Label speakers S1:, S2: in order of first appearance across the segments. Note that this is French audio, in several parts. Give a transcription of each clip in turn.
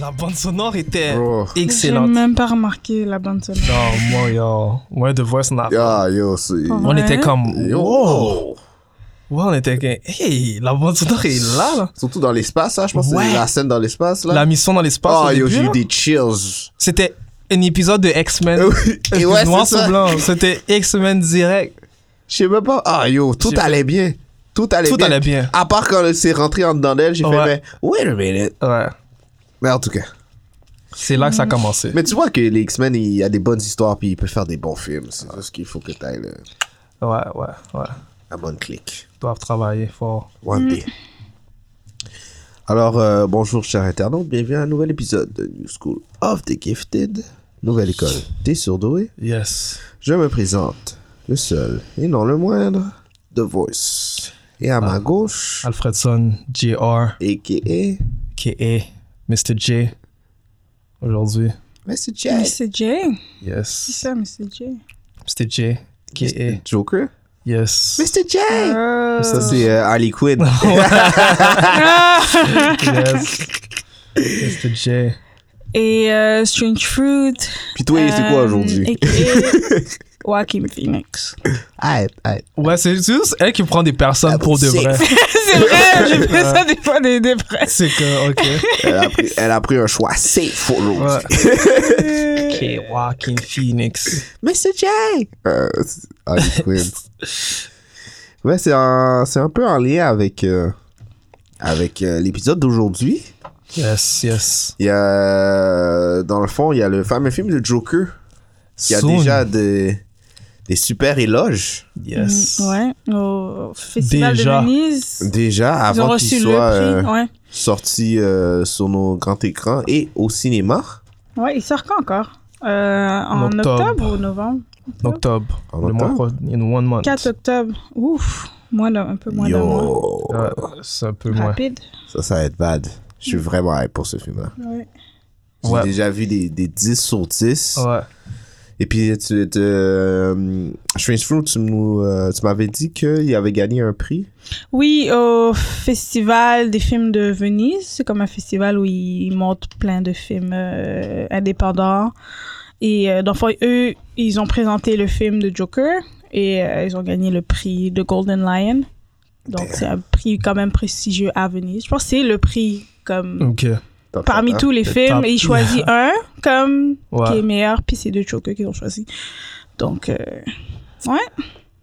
S1: La bande sonore était
S2: Bro.
S1: excellente.
S3: J'ai même pas remarqué la bande sonore.
S1: Non, moi, yo. Ouais, The Voice, on, a-
S2: Ah, yo, c'est.
S1: on
S3: Ouais.
S1: était comme.
S2: Yo.
S1: Wow! Ouais, on était comme. Hey, la bande sonore est là, là.
S2: Surtout dans l'espace, là, je pense. que
S1: Ouais.
S2: c'est La scène dans l'espace, là.
S1: La mission dans l'espace.
S2: Ah,
S1: au
S2: yo,
S1: début,
S2: j'ai eu
S1: là,
S2: des chills.
S1: C'était un épisode de X-Men.
S2: Et ouais,
S1: noir
S2: c'est
S1: sur
S2: ça.
S1: blanc. C'était X-Men direct.
S2: Je sais même pas. Ah, yo, tout
S1: J'ai-
S2: allait bien. Tout allait
S1: Tout
S2: bien.
S1: allait bien.
S2: À part quand c'est rentré en dedans d'elle, j'ai
S1: Ouais.
S2: fait, mais, wait a minute.
S1: Ouais.
S2: Mais en tout cas.
S1: C'est là que ça a commencé.
S2: Mais tu vois que les X-Men, il y a des bonnes histoires, puis il peut faire des bons films. C'est
S1: Ah.
S2: juste qu'il faut que t'ailles le-
S1: Ouais, ouais, ouais.
S2: la bonne clique.
S1: Ils doivent travailler fort.
S2: One day. Alors, euh, bonjour, chers internautes. Bienvenue à un nouvel épisode de New School of the Gifted. Nouvelle école. T'es surdoué?
S1: Yes.
S2: Je me présente, le seul et non le moindre, The Voice. Et à ma gauche,
S1: Alfredson, JR,
S2: a.k.a.
S1: K.A., Mr. J. Aujourd'hui.
S2: Mr. Jack.
S3: Mr. J. Qui
S1: Yes.
S3: ça, Mr. J?
S1: Mr. J. K.A.
S2: Joker.
S1: Yes.
S2: Mr. Jack.
S3: Euh,
S2: Ça, c'est euh, Ali Quinn.
S1: Yes. Mr. J.
S3: Et euh, Strange Fruit.
S2: Puis toi, c'est quoi
S3: euh,
S2: aujourd'hui?
S3: aka Joaquin Phoenix.
S2: Arrête, arrête.
S1: Ouais, c'est juste elle qui prend des personnes pour de
S2: Ah, c'est-
S1: vrai.
S3: c'est vrai, j'ai fait ça des fois des dépressions.
S1: C'est que, ok.
S2: Elle a pris, elle a pris un choix safe aujourd'hui.
S1: Ouais. ok, Walking Phoenix.
S2: Mr. Jack. Euh, c'est- Ali Quinn. ouais, c'est un, c'est un peu en lien avec, euh, avec euh, l'épisode d'aujourd'hui.
S1: Yes, yes.
S2: Il y a, dans le fond, il y a le fameux film de Joker. Il y a
S1: Soon.
S2: déjà des, des super éloges.
S1: Yes.
S3: Mm, Ouais, au Festival
S1: Déjà.
S3: de Venise.
S2: Déjà,
S3: Ils ont
S2: avant
S3: reçu
S2: qu'il
S3: le
S2: soit euh,
S3: prix. Ouais.
S2: sorti euh, sur nos grands écrans et au cinéma
S3: ouais, il sort quand encore Euh, En
S1: En
S3: octobre.
S1: octobre.
S3: ou novembre
S1: En Octobre.
S2: en
S1: Le mois
S2: octobre.
S1: pro- in one month.
S3: 4 octobre. Ouf, moi, là, un peu moins d'un mois.
S2: Yo,
S1: Ouais, c'est un peu moins.
S3: Rapide.
S2: ça, ça va être bad. Je suis vraiment hype pour ce film-là.
S3: Ouais. Oh,
S2: J'ai
S1: Ouais.
S2: déjà vu des, des 10 sur 10.
S1: Ouais.
S2: Et puis, tu, tu- euh, Strange Fruit, tu, nous, euh, tu m'avais dit qu'il avait gagné un prix.
S3: Oui, au festival des films de Venise. C'est comme un festival où ils montrent plein de films euh, indépendants. Et euh, dans le fond, eux, ils ont présenté le film de Joker et euh, ils ont gagné le prix de Golden Lion. Donc, c'est un prix quand même prestigieux à Venise. Je pense que c'est le prix comme
S1: Ok.
S2: Top
S3: parmi
S2: top, hein.
S3: tous les
S1: Le
S3: films.
S1: top.
S3: Et ils choisissent un comme qui
S1: Ouais.
S3: est meilleur, puis c'est deux Joker qu'ils ont choisi. Donc, euh, ouais.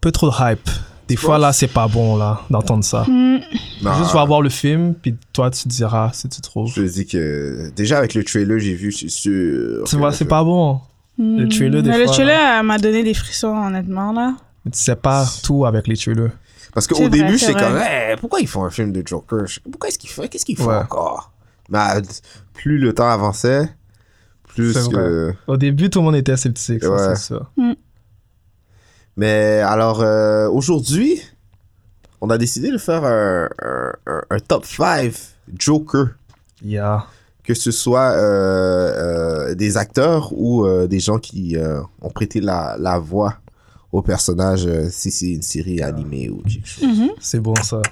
S1: Peu trop de hype. Des fois, là, c'est pas bon, là, d'entendre ça.
S3: Hmm.
S2: Non,
S1: Juste, va voir le film, puis toi, tu diras si tu trouves.
S2: Je te dis que déjà avec le trailer, j'ai vu, je suis sûr.
S1: Tu vois, c'est pas bon.
S3: Le
S1: trailer, des
S3: Le
S1: fois,
S3: trailer euh, m'a donné des frissons, honnêtement, là.
S1: Mais tu sais pas tout avec les tueurs.
S2: Parce qu'au
S3: C'est vrai,
S2: début,
S3: c'est
S2: j'étais comme,
S3: vrai.
S2: Eh, pourquoi ils font un film de Joker Je- Pourquoi est-ce qu'ils font Qu'est-ce qu'ils font
S1: Ouais.
S2: encore Mais ah, d- plus le temps avançait, plus
S1: C'est
S2: que.
S1: Au début, tout le monde était sceptique, ça,
S2: Ouais.
S1: c'est ça.
S2: Mais alors, euh, aujourd'hui, on a décidé de faire un, un- un- un top 5 Joker.
S1: Yeah.
S2: Que ce soit euh, euh, des acteurs ou euh, des gens qui euh, ont prêté la, la voix au personnage, euh, si c'est une série
S1: Ah.
S2: animée ou quelque chose.
S3: Mhm.
S1: C'est bon, ça.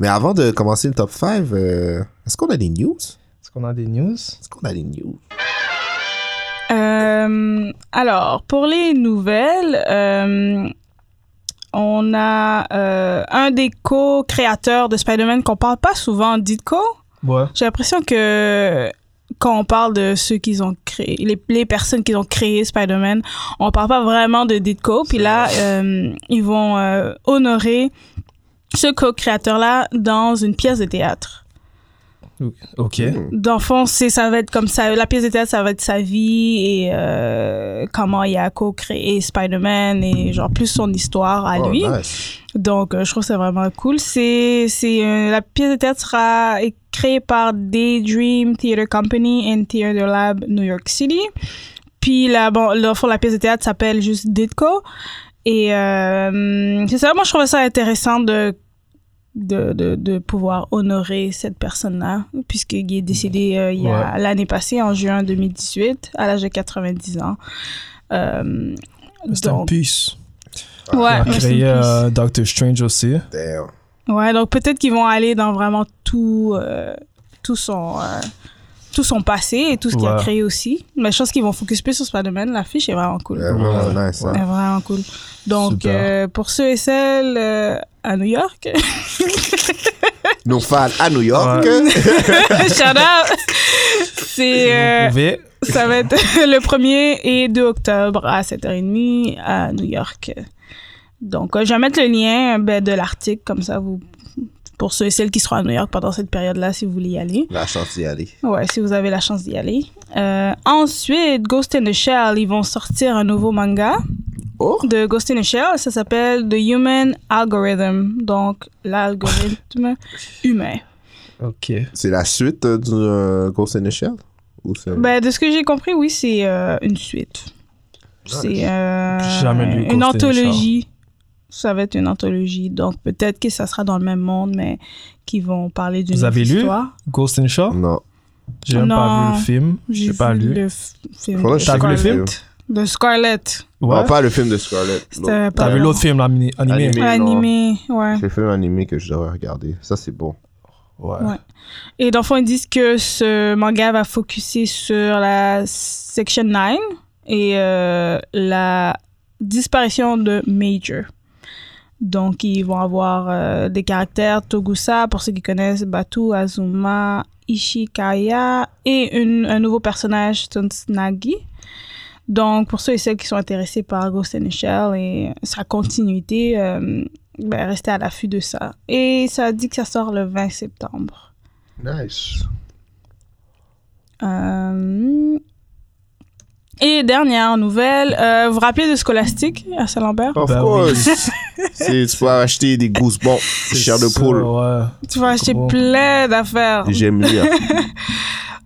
S2: Mais avant de commencer le top 5, euh, est-ce qu'on a des news? Est-ce
S1: Est-ce qu'on a des news?
S2: qu'on a des news?
S3: Euh, alors, pour les nouvelles, euh, on a euh, un des co-créateurs de Spider-Man qu'on parle pas souvent, Ditko.
S1: Ouais.
S3: J'ai l'impression que quand on parle de ceux qu'ils ont créé, les, les personnes qui ont créé Spider-Man, on parle pas vraiment de Ditko. Puis là, euh, ils vont euh, honorer ce co-créateur-là dans une pièce de théâtre.
S1: Ok.
S3: d'enfance, c'est ça va être comme ça. La pièce de théâtre, ça va être sa vie et euh, comment il a co-créé Spider-Man et genre plus son histoire à
S2: Oh,
S3: lui.
S2: nice.
S3: Donc, euh, je trouve que c'est vraiment cool. C'est, c'est, euh, la pièce de théâtre sera é- créée par Daydream Theatre Company and Theatre Lab New York City. Puis, là, bon, là, au fond, la pièce de théâtre s'appelle juste Ditko. Et euh, c'est ça, moi, je trouvais ça intéressant de, de, de, de pouvoir honorer cette personne-là, puisqu'il est décédé euh, il y a, l'année passée, en juin 2018, à l'âge de 90 ans. Euh,
S1: C'est un
S3: donc-
S1: puce. Il
S3: Ouais,
S1: a
S3: rest in
S1: créé
S3: peace.
S1: euh, Doctor Strange aussi.
S2: Damn.
S3: Ouais, donc peut-être qu'ils vont aller dans vraiment tout, euh, tout, son, euh, tout son passé et tout ce qu'il a
S1: Ouais. créé
S3: créé aussi. Mais je pense qu'ils vont focus plus sur Spider-Man. L'affiche est vraiment cool.
S2: Yeah, vraiment nice. hein.
S3: Elle est vraiment cool. Donc,
S1: Super.
S3: euh, pour ceux et celles euh, à New York,
S2: Nos fans à New York.
S3: shout out! C'est, euh,
S1: Vous pouvez.
S3: ça va être le 1er et 2 octobre à 7h30 à New York. Donc, euh, je vais mettre le lien ben, de l'article, comme ça, vous, pour ceux et celles qui seront à New York pendant cette période-là, si vous voulez y aller.
S2: La chance d'y aller.
S3: Ouais, si vous avez la chance d'y aller. Euh, ensuite, Ghost in the Shell, ils vont sortir un nouveau manga
S2: Oh,
S3: de Ghost in the Shell. Ça s'appelle The Human Algorithm, donc l'algorithme humain.
S1: Ok.
S2: c'est la suite euh, du euh, Ghost in the Shell Ou c'est-
S3: Ben, de ce que j'ai compris, oui, c'est euh, une suite.
S2: Ah,
S3: C'est euh,
S1: J'ai jamais lu
S3: une
S1: Ghost in the Shell.
S3: anthologie. Ça va être une anthologie, donc peut-être que ça sera dans le même monde, mais qu'ils vont parler d'une
S1: Vous avez lu?
S3: histoire.
S1: Ghost in the Shell.
S2: Non.
S1: J'ai même pas
S3: Non.
S1: vu le film. J'ai pas
S3: vu
S1: lu.
S3: le f- film
S2: Faudrait
S3: de
S2: que je
S1: T'as vu le
S3: Scarlett.
S1: film?
S3: De Scarlett.
S1: Ouais.
S2: Non, Ah, pas le film de Scarlett.
S3: C'était
S2: L'autre.
S3: pas-
S1: T'as vu l'autre film, l'animé animé?
S2: Animé. Mais non.
S3: Animé, ouais.
S2: C'est le film animé que je devrais regarder. Ça, c'est bon.
S1: Ouais.
S3: Ouais. Et dans le fond, ils disent que ce manga va focuser sur la Section 9 et euh, la disparition de Major. Donc, ils vont avoir euh, des caractères Togusa, pour ceux qui connaissent, Batu, Azuma, Ishikaya et une- un nouveau personnage, Tsunagi. Donc, pour ceux et celles qui sont intéressés par Ghost in the Shell et sa continuité, euh, ben, restez à l'affût de ça. Et ça dit que ça sort le 20 septembre.
S2: Nice.
S3: Euh, Et dernière nouvelle, euh, vous vous rappelez de Scholastic à Saint-Lambert?
S2: Of
S1: Ben
S2: course. C'est- tu peux acheter des gousses bons,
S1: C'est
S2: chair de
S1: ça,
S2: poule.
S1: Ouais.
S3: Tu vas acheter
S1: Gros.
S3: plein d'affaires.
S2: J'aime lire.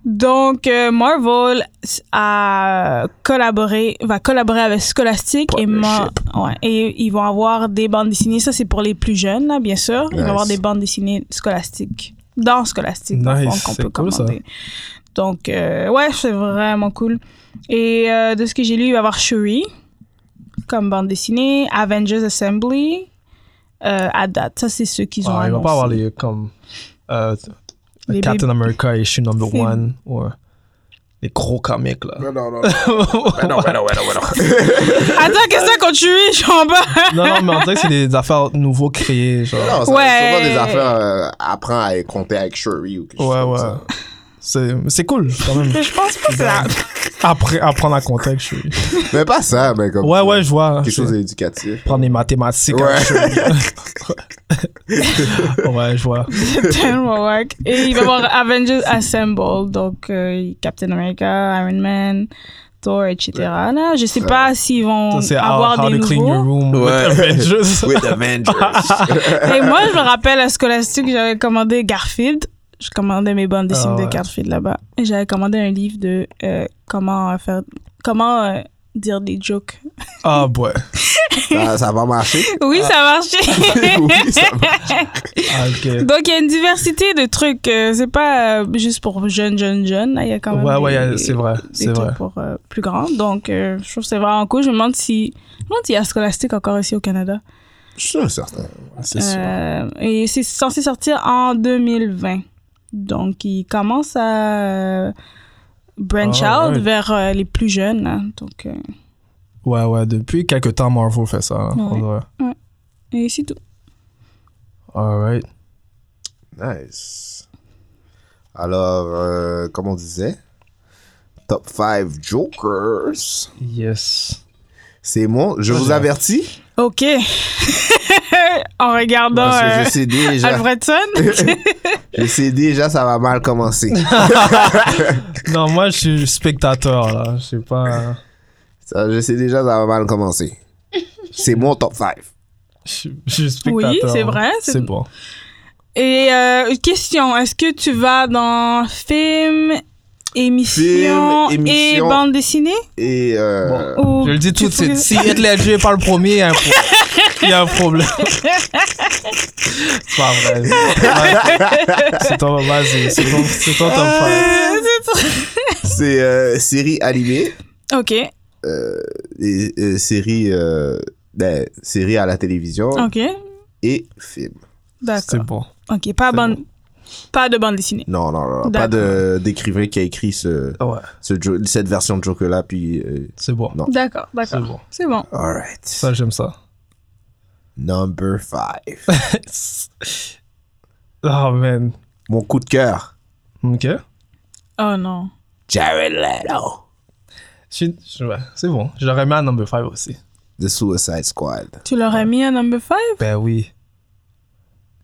S3: Donc, euh, Marvel a collaboré, va collaborer avec Scholastic et, Mar- ouais, et ils vont avoir des bandes dessinées. Ça, c'est pour les plus jeunes, là, bien sûr. Ils
S2: Nice.
S3: vont avoir des bandes dessinées Scholastic. Dans Scholastic, dans le
S1: Nice,
S3: fond, qu'on
S1: c'est
S3: peut
S1: cool, ça.
S3: commander. Donc, euh, ouais, c'est vraiment cool. Et euh, de ce que j'ai lu, il va y avoir Shuri comme bande dessinée, Avengers Assembly. euh, à date, ça c'est ceux qu'ils ont
S1: Ouais, il va
S3: annoncé.
S1: pas avoir les comme euh,
S3: Les
S1: Captain America issue number
S3: C'est-
S1: one ou euh, les gros comics là.
S2: Non, non, non. non, non,
S3: Attends, qu'est-ce que c'est contre Shuri? Je suis en bas.
S1: non, non, mais on dirait que c'est des affaires nouveau créées genre.
S2: ça va
S3: Ouais.
S2: être sûrement des affaires euh, apprends à compter avec Shuri ou quelque chose
S1: ouais,
S2: comme
S1: ouais.
S2: ça.
S1: C'est c'est cool quand même.
S3: Je pense pas que c'est la-
S1: Après, apprendre à contexte. je suis-
S2: Mais pas ça, mais comme
S1: Ouais, ouais, je vois.
S2: quelque chose
S1: C'est-
S2: d'éducatif.
S1: Prendre les mathématiques. hein,
S2: Ouais.
S1: avec Shuri. ouais, je vois.
S3: tellement wack. Et il va y avoir Avengers Assemble, donc euh, Captain America, Iron Man, Thor, etc. Là, je sais pas s'ils vont
S1: Ça, c'est
S3: avoir
S1: how, how
S3: des
S1: to clean your
S3: nouveaux.
S1: room
S2: Ouais.
S1: with Avengers.
S2: With Avengers.
S3: Et moi, je me rappelle à Scholastic, j'avais commandé Garfield. Je commandais mes bandes dessinées
S1: Ah ouais.
S3: de Garfield là-bas. Et j'avais commandé un livre de euh, comment faire, comment euh, dire des jokes.
S1: Ah, ouais.
S2: ça, ça va marcher.
S3: Oui, ça marchait.
S2: oui, ça va.
S1: Ah, ok.
S3: Donc, il y a une diversité de trucs. euh, c'est pas euh, juste pour jeunes, jeunes, jeunes. là, Il y a quand même
S1: Ouais,
S3: des-
S1: ouais, euh, c'est vrai.
S3: des
S1: C'est
S3: trucs
S1: vrai.
S3: pour euh, plus grands. Donc, euh, je trouve que c'est vraiment cool. Je me demande si, je me demande s'il y a Scholastic encore ici au Canada.
S2: Je suis sûr, certain.
S1: C'est sûr.
S3: Euh, et c'est censé sortir en 2020. Donc, il commence à euh, branch
S1: Ah,
S3: out
S1: ouais.
S3: vers euh, les plus jeunes. là. Donc, euh,
S1: Ouais, ouais. Depuis quelques temps, Marvel fait ça. hein, on
S3: Ouais.
S1: dirait.
S3: et c'est tout.
S1: Alright.
S2: Nice. Alors, euh, comme on disait, top 5 Jokers.
S1: Yes.
S2: C'est mon. Je vous avertis,
S3: OK. en
S1: Bah,
S3: regardant
S2: Parce que
S3: euh,
S2: je sais déjà.
S3: Alfredson.
S2: Je sais déjà, ça va mal commencer.
S1: Non, moi, je suis spectateur, là. Je sais pas.
S2: Ça, je sais déjà, ça va mal commencer. C'est mon top 5.
S1: Je suis- je suis spectateur. hein.
S3: Oui, c'est vrai, c'est-
S1: C'est bon.
S3: Et euh, question, est-ce que tu vas dans film, émission,
S2: Film,
S3: et
S2: émission.
S3: bande dessinée
S2: Et euh,
S3: Ou
S1: Je le dis tout de
S3: tu fais-
S1: suite. Si Hitler Ledger est pas le premier, il y a un, pro- il y a un problème. C'est pas vrai. C'est ton, vas-y, c'est ton, c'est ton top five.
S3: Euh, c'est
S2: c'est euh, série animée
S3: ça. Ok,
S2: et euh, série, euh, ben, série à la télévision
S3: ok,
S2: et film.
S1: C'est
S3: d'accord.
S1: bon.
S3: Ok, pas, bande... pas de bande dessinée.
S2: Non, non, non, non, pas de- d'écrivain qui a écrit ce,
S1: Ah Ouais,
S2: ce jo- cette version de Joker là. Puis, euh,
S1: c'est bon.
S2: Non.
S3: D'accord,
S1: C'est
S3: d'accord.
S1: bon.
S3: C'est bon.
S2: alright.
S1: Ça, j'aime ça.
S2: Number 5.
S1: Oh, man.
S2: Mon coup de cœur,
S1: Ok.
S3: Oh non.
S2: Jared Leto.
S1: Je suis- je- ouais, c'est bon. Je l'aurais mis à number 5 aussi.
S2: The Suicide Squad.
S3: Tu l'aurais mis à number 5
S1: Ben oui.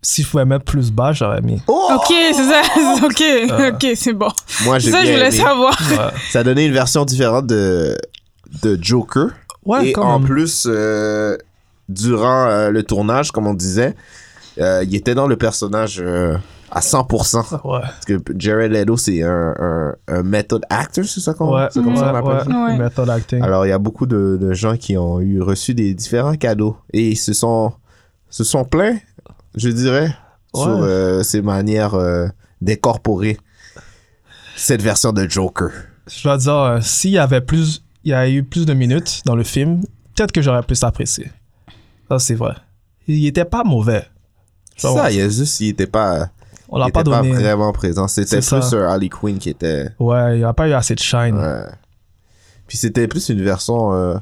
S1: S'il pouvait mettre plus bas, j'aurais mis.
S2: Oh!
S3: Ok, c'est ça. c'est- Ok, ok, c'est bon.
S2: Moi,
S3: C'est
S2: j'ai
S3: ça, je
S2: bien
S3: voulais
S2: aimé.
S3: savoir.
S1: Ouais,
S2: Ça donnait une version différente de, de Joker.
S1: ouais
S2: et
S1: quand
S2: en
S1: même.
S2: plus, euh, durant euh, le tournage, comme on disait, euh, il était dans le personnage euh, à 100%.
S1: Ouais,
S2: Parce que Jared Leto, c'est un, un, un method actor, c'est ça qu'on
S1: ouais,
S2: c'est comme ça qu'on appelle ça? Ah.
S1: ouais, ouais.
S3: Ouais.
S1: Method acting.
S2: Alors, il y a beaucoup de, de gens qui ont eu reçu des différents cadeaux et ils se sont, se sont plaints, je dirais,
S1: Ouais.
S2: sur euh, ces manières euh, d'incorporer cette version de Joker.
S1: je dois dire, euh, s'il y avait plus, il y a eu plus de minutes dans le film, peut-être que j'aurais plus apprécié. Ça, c'est vrai. Il était pas mauvais.
S2: C'est
S1: Ah ouais.
S2: ça, il y a juste, il était pas,
S1: On
S2: il
S1: l'a
S2: était
S1: pas
S2: pas,
S1: donné.
S2: vraiment présent. C'était
S1: C'est
S2: plus
S1: ça.
S2: sur Harley Quinn qui était.
S1: ouais, il n'y a pas eu assez de shine.
S2: Ouais. Puis c'était plus une version. euh,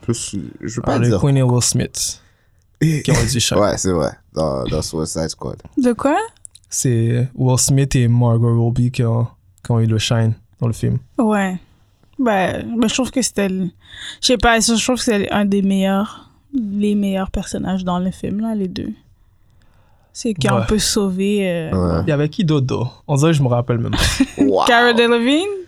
S2: plus. Je veux pas
S1: Ah, le
S2: dire.
S1: Queen et Will Smith qui ont eu du shine.
S2: Ouais, c'est vrai. Dans, dans Suicide Squad.
S3: De quoi
S1: C'est Will Smith et Margot Robbie qui ont, qui ont eu le shine dans le film.
S3: Ouais. Ben, ben, je trouve que c'était. le- Je sais pas, je trouve que c'est un des meilleurs. Les meilleurs personnages dans le film, là, les deux. C'est qui a un
S1: Ouais.
S3: peu sauvé. Euh,
S2: Ouais.
S1: Il y avait qui d'autre? On dirait que je me rappelle même. pas.
S2: Wow.
S3: Cara Delevingne,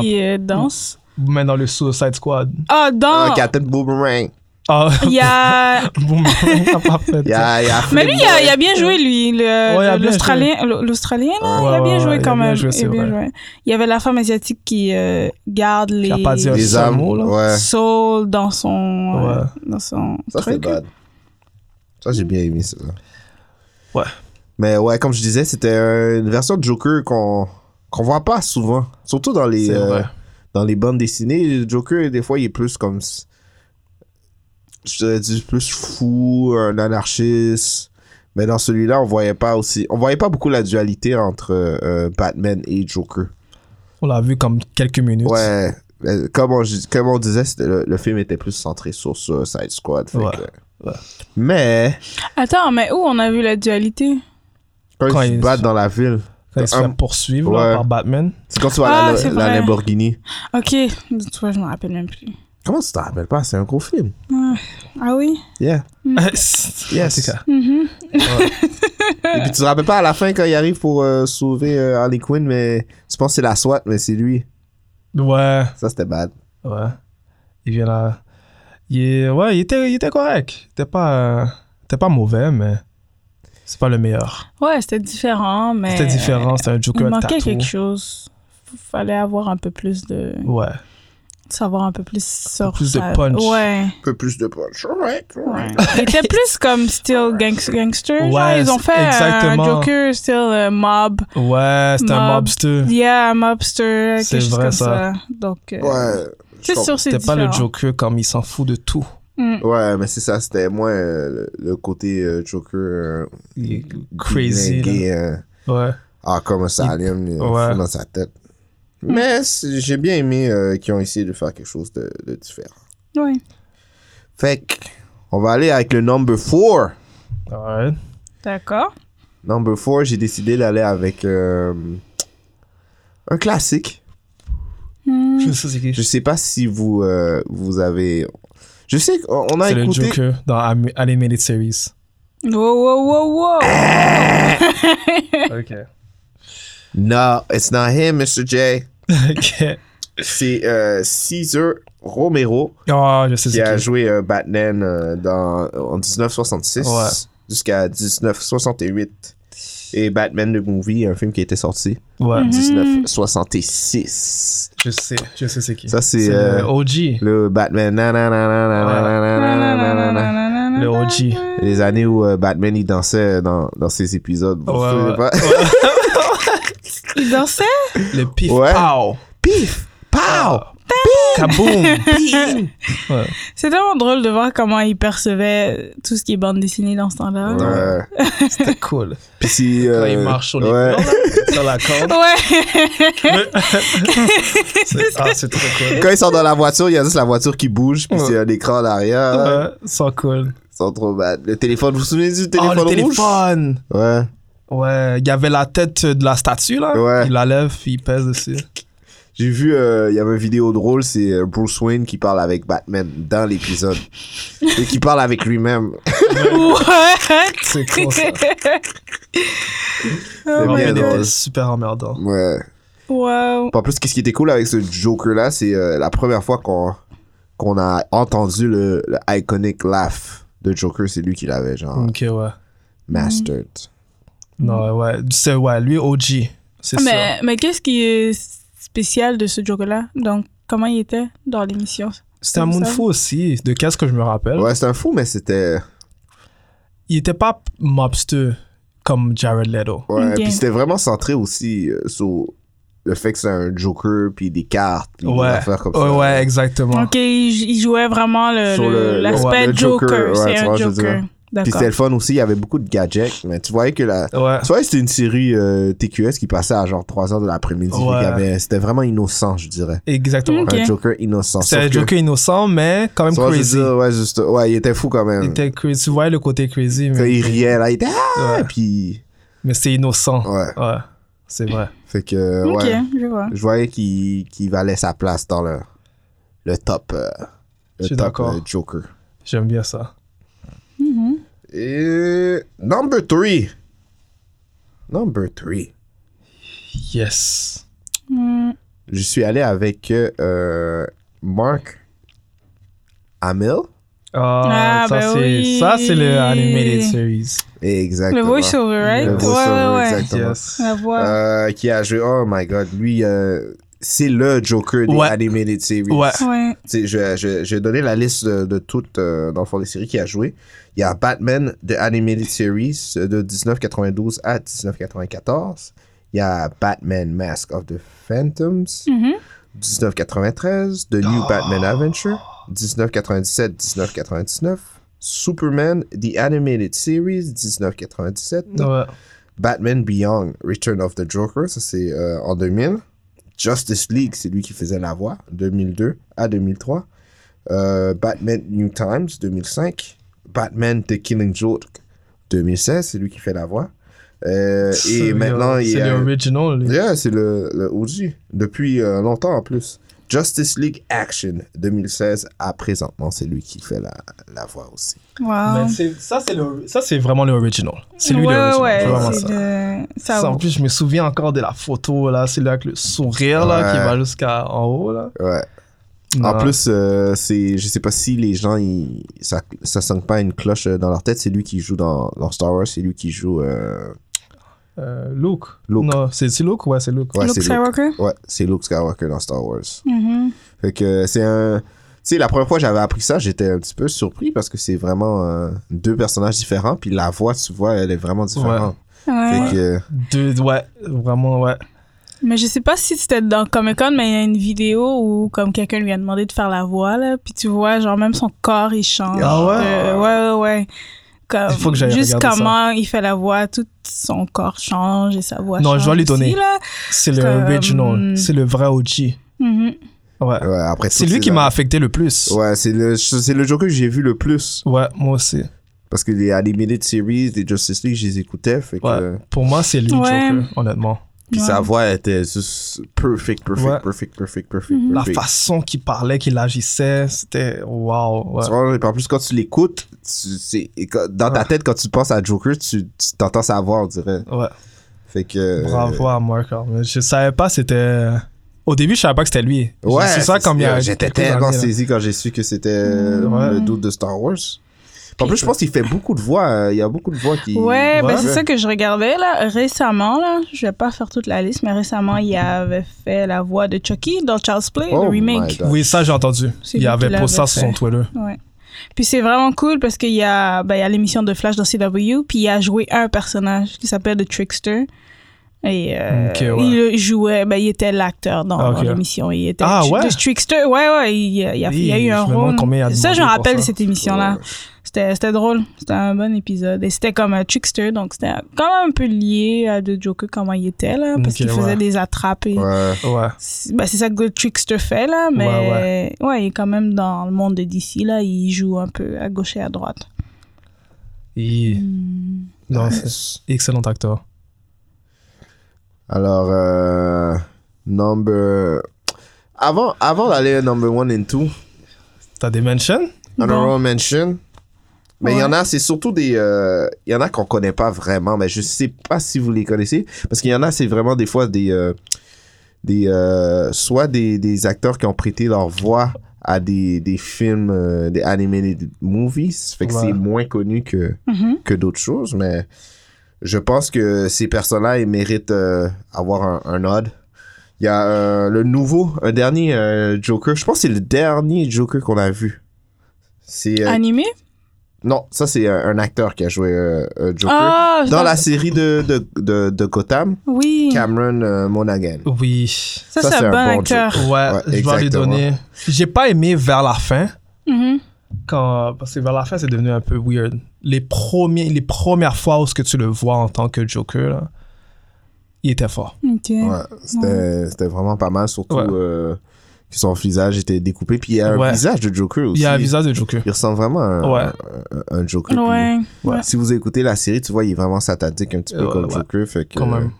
S3: qui euh, danse.
S1: Mais dans le Suicide Squad.
S3: Ah,
S2: Ah,
S3: dans
S2: Captain Boomerang.
S1: Ah,
S3: Il y a.
S1: bon, mais on a pas fait.
S2: Il y a, il y a
S3: Mais
S2: Flip
S3: lui, il a, il
S2: Boy.
S3: a bien joué, lui. le-
S1: euh, Ouais, il a
S3: le-
S1: bien
S3: L'Australien, le- l'Australien, là,
S1: Ouais,
S3: il a
S1: ouais,
S3: bien
S1: ouais,
S3: joué
S1: il a
S3: quand
S1: bien
S3: même.
S1: joué,
S3: il,
S1: c'est
S3: a bien
S1: vrai.
S3: joué. Il y avait la femme asiatique qui euh, garde les
S1: Qui a pas dit un
S2: Les
S1: seul
S2: âmes,
S1: mot, là.
S2: ouais.
S3: souls dans son. euh,
S1: Ouais.
S3: dans son
S2: Ça, c'est
S3: truc.
S2: bad. Ça, j'ai bien aimé ça.
S1: Ouais.
S2: Mais ouais, comme je disais, c'était euh, une version de Joker qu'on qu'on voit pas souvent. Surtout dans les,
S1: C'est vrai.
S2: euh, dans les bandes dessinées. Joker, des fois, il est plus comme. s- Je dirais du plus fou, un anarchiste. Mais dans celui-là, on voyait pas aussi. On voyait pas beaucoup la dualité entre euh, Batman et Joker.
S1: On l'a vu comme quelques minutes.
S2: Ouais. euh, Comme on, comme on disait, c'était le, le film était plus centré sur Suicide Squad. fait
S1: Ouais,
S2: que-
S1: ouais.
S2: Mais,
S3: Attends, mais où on a vu la dualité
S2: quand,
S1: Quand
S2: ils se
S1: ils-
S2: battent dans la ville,
S1: Quand il se
S2: Un-
S1: fait poursuivre là,
S2: Ouais.
S1: par Batman.
S2: c'est quand tu vois
S3: Ah,
S2: la-
S3: c'est
S2: la,
S3: vrai.
S2: Lamborghini.
S3: Ok, tu vois, je m'en rappelle même plus.
S2: Comment tu t'en rappelles pas C'est un gros film.
S3: Ah oui
S2: Yeah.
S1: yes.
S2: Yes.
S1: c'est ça.
S3: Euh.
S2: Et puis tu te rappelles pas à la fin quand il arrive pour euh, sauver euh, Harley Quinn, mais tu penses que c'est la SWAT, mais c'est lui.
S1: Ouais,
S2: Ça, c'était bad.
S1: ouais. Il vient là. Il est- Ouais, il était, il était correct. Il était pas, euh, il était pas mauvais, mais c'est pas le meilleur.
S3: Ouais, c'était différent, mais.
S1: C'était différent, c'était un
S3: Il
S1: Joker
S3: manquait
S1: tattoo.
S3: quelque chose. Fallait avoir un peu plus de.
S1: Ouais.
S3: savoir un peu plus sur.
S1: plus de
S3: sa-
S1: punch.
S3: Ouais.
S2: Un peu plus de punch. Alright,
S3: Ouais.
S2: alright.
S3: Il était plus comme still gangs- gangster. genre,
S1: Ouais,
S3: ils ont
S1: c'est-
S3: fait euh, un
S1: exactement.
S3: Joker still euh, mob.
S1: Ouais, c'était un
S3: Mob.
S1: mobster.
S3: Yeah, mobster.
S1: C'est
S3: quelque chose
S1: vrai,
S3: comme
S1: ça.
S3: ça. Donc, euh,
S2: Ouais. je
S3: c'est
S2: comprends.
S3: sûr, c'est
S1: C'était pas
S3: différent.
S1: le Joker comme il s'en fout de tout.
S3: Mm.
S2: Ouais, mais c'est ça, c'était moins euh, le, le côté euh, Joker. euh,
S1: Il est crazy. là.
S2: bilingue, euh,
S1: Ouais.
S2: Ah, comme ça alien il est
S1: Ouais.
S2: fou dans sa tête. Mais c'est- j'ai bien aimé euh, qu'ils ont essayé de faire quelque chose de, de différent.
S3: Ouais.
S2: Fait que, on va aller avec le number 4.
S1: Ouais.
S3: D'accord.
S2: Number 4, j'ai décidé d'aller avec euh, un classique.
S1: Je sais c'est qui.
S2: Je sais pas si vous, euh, vous avez... Je sais qu'on a
S1: C'est le
S2: écouté.
S1: Joker dans Am- Animated Series.
S3: Wow, wow, wow, wow.
S1: Ok.
S2: No, it's not him, Mr. J.
S1: ok.
S2: C'est euh, Caesar Romero
S1: Oh, je sais
S2: qui
S1: c'est
S2: a
S1: qui.
S2: joué euh, Batman euh, dans, en 1966
S1: Ouais.
S2: jusqu'à 1968. Et Batman the Movie, un film qui était sorti
S1: Ouais,
S2: en 1966.
S1: je sais, je sais c'est qui.
S2: Ça, c'est,
S1: le
S2: euh,
S1: OG.
S2: Le Batman, nanana, nanana, nanana, nanana.
S1: Le OG.
S2: Les années où euh, Batman il dansait dans, dans ses épisodes. Vous
S1: Ouais,
S2: vous souvenez
S1: ouais.
S2: pas?
S3: Il dansait?
S1: Le pif.
S2: Ouais.
S1: Pow.
S2: Pif! Pow!
S1: Kaboom.
S3: C'est tellement drôle de voir comment il percevait tout ce qui est bande dessinée dans ce temps-là.
S2: Ouais.
S1: C'était cool.
S2: Puis si.
S1: Quand
S2: euh,
S1: il marche sur les
S2: ouais.
S1: plans, là, sur la corde.
S3: Ouais.
S1: C'est- Ah, c'est trop cool.
S2: Quand ils sont dans la voiture, il y a juste la voiture qui bouge, puis
S1: Ouais.
S2: il y a un écran derrière. là.
S1: Ouais, sont cool.
S2: Ils sont trop bad. Le téléphone, vous vous souvenez du
S1: oh,
S2: téléphone
S1: le
S2: rouge?
S1: téléphone.
S2: Ouais.
S1: Ouais, il y avait la tête de la statue, là.
S2: Ouais.
S1: Il la lève, il pèse dessus.
S2: J'ai vu, euh, il y avait une vidéo drôle, c'est euh, Bruce Wayne qui parle avec Batman dans l'épisode. Et qui parle avec lui-même.
S3: What? Oh
S1: C'est cool, ça.
S3: Ah,
S2: C'est
S1: Robin
S2: bien drôle.
S1: était super emmerdant.
S2: Ouais.
S3: wow.
S2: En plus, qu'est-ce qui était cool avec ce Joker-là, c'est euh, la première fois qu'on qu'on a entendu le, le iconic laugh de Joker. C'est lui qui l'avait, genre,
S1: Ok, ouais.
S2: mastered.
S1: Non, ouais. C'est, ouais, lui, OG. C'est ça.
S3: Ah, Mais, mais qu'est-ce qui est spécial de ce Joker-là? Donc, comment il était dans l'émission?
S1: C'était un
S3: c'est ça.
S1: Moonfo aussi, de qu'est-ce que je me rappelle.
S2: Ouais, c'est un fou, mais c'était...
S1: Il était pas mobster comme Jared Leto.
S2: Ouais,
S3: Ok.
S2: puis c'était vraiment centré aussi euh, sur le fait que c'est un Joker, puis des cartes, puis des
S1: Ouais.
S2: affaires comme
S1: Ouais,
S2: ça.
S1: ouais, exactement.
S3: Ok, il jou- il jouait vraiment l'aspect
S2: Sur le-
S3: le,
S2: le-
S3: l'aspect
S2: ouais, le
S3: Joker.
S2: Joker, ouais,
S3: c'est
S2: tu
S3: un
S2: vois, je veux
S3: Joker.
S2: dire. Puis
S3: D'accord.
S2: c'était le fun aussi, il y avait beaucoup de gadgets, mais tu voyais que la...
S1: Ouais.
S2: Tu voyais que c'était une série euh, TQS qui passait à genre 3h de l'après-midi. fait qu'il y
S1: Ouais.
S2: avait- C'était vraiment innocent, je dirais.
S1: Exactement.
S3: Ok.
S2: Un Joker innocent.
S1: C'est
S2: Sauf
S1: un
S2: que-
S1: Joker innocent, mais quand même
S2: tu vois, je veux
S1: crazy.
S2: dire, ouais, juste... ouais, il était fou quand même.
S1: Il était crazy. Tu voyais le côté crazy,
S2: Quand
S1: mais,
S2: il riait, là, il était... Ah!
S1: Ouais.
S2: Puis...
S1: mais c'est innocent.
S2: Ouais.
S1: Ouais. C'est vrai.
S2: Fait que, euh,
S3: Ok,
S2: ouais.
S3: je vois.
S2: Je voyais qu'il qu'il valait sa place dans le, le top... euh,
S1: Je
S2: le
S1: suis
S2: top
S1: d'accord.
S2: euh, Joker.
S1: J'aime bien ça.
S2: Et number three. Number three.
S1: Yes.
S3: Hmm,
S2: Je suis allé avec euh, Mark Hamill.
S1: Ah,
S3: Ah,
S1: ça,
S3: ben
S1: c'est,
S3: oui.
S1: ça, c'est le animated series.
S2: Exactement.
S3: Le voice-over, right?
S2: Le voice-over,
S3: ouais, ouais, ouais.
S2: exactement.
S1: Yes.
S3: La voix.
S2: Euh, qui a joué. Oh my god, lui, euh, c'est le Joker des
S1: Ouais.
S2: animated series.
S1: Ouais.
S3: Ouais.
S2: Tu sais, Je, je, je vais donner la liste de, de toutes, euh, dans le fond, des séries qu'il a joué. Il y a Batman de Animated Series euh, de 1992 à 1994. Il y a Batman Mask of the Phantoms.
S3: Mhm.
S2: 1993, The New Batman Adventure, 1997, 1999, Superman, The Animated Series, 1997,
S1: Ouais.
S2: Batman Beyond, Return of the Joker, ça c'est euh, en 2000, Justice League, c'est lui qui faisait la voix, 2002 à 2003, euh, Batman New Times, 2005, Batman The Killing Joke, 2016, c'est lui qui fait la voix, Euh, et
S1: C'est le-
S2: maintenant il y
S1: C'est
S2: a...
S1: l'original. lui.
S2: Yeah, c'est le, le OG. Depuis euh, longtemps en plus. Justice League Action 2016 à présentement, c'est lui qui fait la, la voix aussi.
S3: Wow.
S1: Mais Ben, c'est- ça, c'est le- ça, c'est vraiment l'original. C'est lui
S3: Ah. ouais,
S1: l'original.
S3: ouais,
S1: c'est vraiment
S3: c'est
S1: ça.
S3: de- ça.
S1: Ça, en plus, je me souviens encore de la photo, là. C'est là avec le sourire, là, qui
S2: Ouais.
S1: va jusqu'à en haut, là.
S2: Ouais.
S1: Non.
S2: En plus, euh, c'est, je sais pas si les gens, ils- ça, ça sonne pas une cloche euh, dans leur tête. C'est lui qui joue dans, dans Star Wars, c'est lui qui joue. euh,
S1: Euh, Luke.
S2: Luke.
S1: Non, c'est c'est Luke? Ouais, c'est Luke.
S2: ouais,
S3: Luke
S2: c'est Luke.
S3: Skywalker?
S2: Ouais, c'est Luke Skywalker dans Star Wars.
S3: Mhm.
S2: Fait que euh, c'est un. Tu sais, la première fois que j'avais appris ça, j'étais un petit peu surpris parce que c'est vraiment euh, deux personnages différents. Puis la voix, tu vois, elle est vraiment différente.
S3: Ouais.
S2: Fait que.
S1: Deux, ouais, vraiment, ouais.
S3: Mais je sais pas si c'était dans Comic Con, mais il y a une vidéo où comme quelqu'un lui a demandé de faire la voix là, puis tu vois genre même son corps il change.
S1: Ah ouais?
S3: Euh, ouais ouais ouais. Comme,
S1: Il faut que j'aille
S3: juste
S1: regarder ça.
S3: comment il fait la voix, tout son corps change et sa voix
S1: Non,
S3: change.
S1: je dois lui donner.
S3: aussi, là.
S1: C'est le
S3: Comme-
S1: original. C'est le vrai OG.
S3: Mhm.
S1: Ouais.
S2: euh, Ouais, après
S1: C'est
S2: toutes
S1: lui
S2: ces
S1: qui m'a
S2: années.
S1: affecté le plus.
S2: Ouais, c'est le, c'est le Joker que j'ai vu le plus.
S1: Ouais, moi aussi.
S2: Parce que les Animated Series, les Justice League, je les écoutais. Fait que,
S1: Ouais. Pour moi, c'est lui,
S3: Ouais.
S1: Joker, honnêtement.
S2: Puis
S3: Ouais.
S2: sa voix était juste perfect, perfect,
S1: Ouais.
S2: perfect, perfect, perfect,
S3: Mhm.
S1: La
S2: perfect.
S1: façon qu'il parlait, qu'il agissait, c'était wow. ouais.
S2: Tu vois, en plus, quand tu l'écoutes, tu- c'est- et quand- dans ta
S1: Ouais.
S2: tête, quand tu penses à Joker, tu tu t'entends sa voix, on dirait.
S1: Ouais.
S2: Fait que.
S1: Bravo à Mark Hamill. Je savais pas c'était. Au début, je savais pas que c'était lui.
S2: euh, Ouais,
S1: c'est ça
S2: c'est-
S1: comme il y a.
S2: J'étais
S1: quelques
S2: tellement
S1: années, là.
S2: saisi quand j'ai su que c'était euh,
S1: Ouais.
S2: le doute de Star Wars. En plus, je pense qu'il fait beaucoup de voix. euh, Il y a beaucoup de voix qui.
S3: Ouais, ben
S1: Ouais.
S3: c'est ça que je regardais là récemment là. Je vais pas faire toute la liste, mais récemment il avait fait la voix de Chucky dans Charles Play,
S2: Oh
S3: le
S2: my
S3: remake.
S2: God.
S1: Oui, ça, j'ai entendu.
S3: C'est
S1: Il
S3: lui
S1: avait
S3: qui
S1: posté ça
S3: l'avait
S1: sur son
S3: fait.
S1: Twitter.
S3: Ouais. Puis c'est vraiment cool parce qu'il y a, ben, il y a l'émission de Flash dans CW, puis il a joué un personnage qui s'appelle The Trickster. Et euh,
S1: Ok, ouais.
S3: il le jouait, ben, il était l'acteur dans,
S1: Ah, ok.
S3: dans l'émission. Il était
S1: Ah,
S3: The
S1: ouais?
S3: Trickster, ouais, ouais, il, il a, il a
S1: Oui,
S3: eu un
S1: je me demande
S3: rôle.
S1: combien il a
S3: Ça, je me
S1: demandé pour
S3: rappelle de
S1: ça.
S3: cette émission-là. C'était c'était drôle, c'était un bon épisode. Et c'était comme un Trickster, donc c'était quand même un peu lié à The Joker, comment il était, là, parce
S1: Ok,
S3: qu'il faisait
S1: ouais.
S3: des attrapes. et-
S2: Ouais.
S1: Ouais.
S3: c'est ben, c'est ça que le Trickster fait là, mais
S1: Ouais,
S3: ouais, il est quand même dans le monde de DC là, il joue un peu à gauche et à droite.
S1: Il-
S3: Mm.
S1: Non, c'est excellent acteur.
S2: Alors, euh, number. Avant, avant d'aller à number one and two,
S1: T'as des mentions?
S2: honorable mention. Mais il y en a, c'est surtout des. euh, Il y en a qu'on connaît pas vraiment, mais je sais pas si vous les connaissez. Parce qu'il y en a, c'est vraiment des fois des. euh, des euh, soit des, des acteurs qui ont prêté leur voix à des, des films, euh, des animated movies. Fait que
S1: Ouais.
S2: c'est moins connu que
S3: Mhm.
S2: que d'autres choses, mais je pense que ces personnes-là, ils méritent euh, avoir un, un nod. Il y a euh, le nouveau, un dernier euh, Joker. Je pense que c'est le dernier Joker qu'on a vu. C'est euh,
S3: Animé
S2: non, ça c'est euh, un acteur qui a joué euh, euh, Joker
S3: Ah, je
S2: dans la
S3: pense-
S2: série de de, de, de Gotham,
S3: Oui.
S2: Cameron euh, Monaghan.
S1: Oui.
S3: ça,
S2: ça,
S3: c'est
S2: c'est un
S3: un bon
S2: bon
S3: acteur.
S1: Ouais, je vais lui
S2: exactement.
S1: donner. J'ai pas aimé vers la fin.
S3: Mhm.
S1: Quand, parce que vers la fin, c'est devenu un peu weird. Les, premiers, les premières fois où ce que tu le vois en tant que Joker, là, il était fort.
S3: OK.
S2: Ouais, c'était c'était vraiment pas mal, surtout
S1: Ouais.
S2: euh, que son visage était découpé. Puis il y a un
S1: Ouais.
S2: visage de Joker aussi. Ah,
S1: Il y a un visage de Joker.
S2: Il ressemble vraiment à un,
S1: Ouais.
S2: un- un Joker. Puis
S3: Ouais. Ouais.
S2: Si vous écoutez la série, tu vois, il est vraiment satanique un petit peu
S1: Ouais,
S2: comme
S1: Euh, ouais.
S2: Joker. Fait que,
S1: Quand même.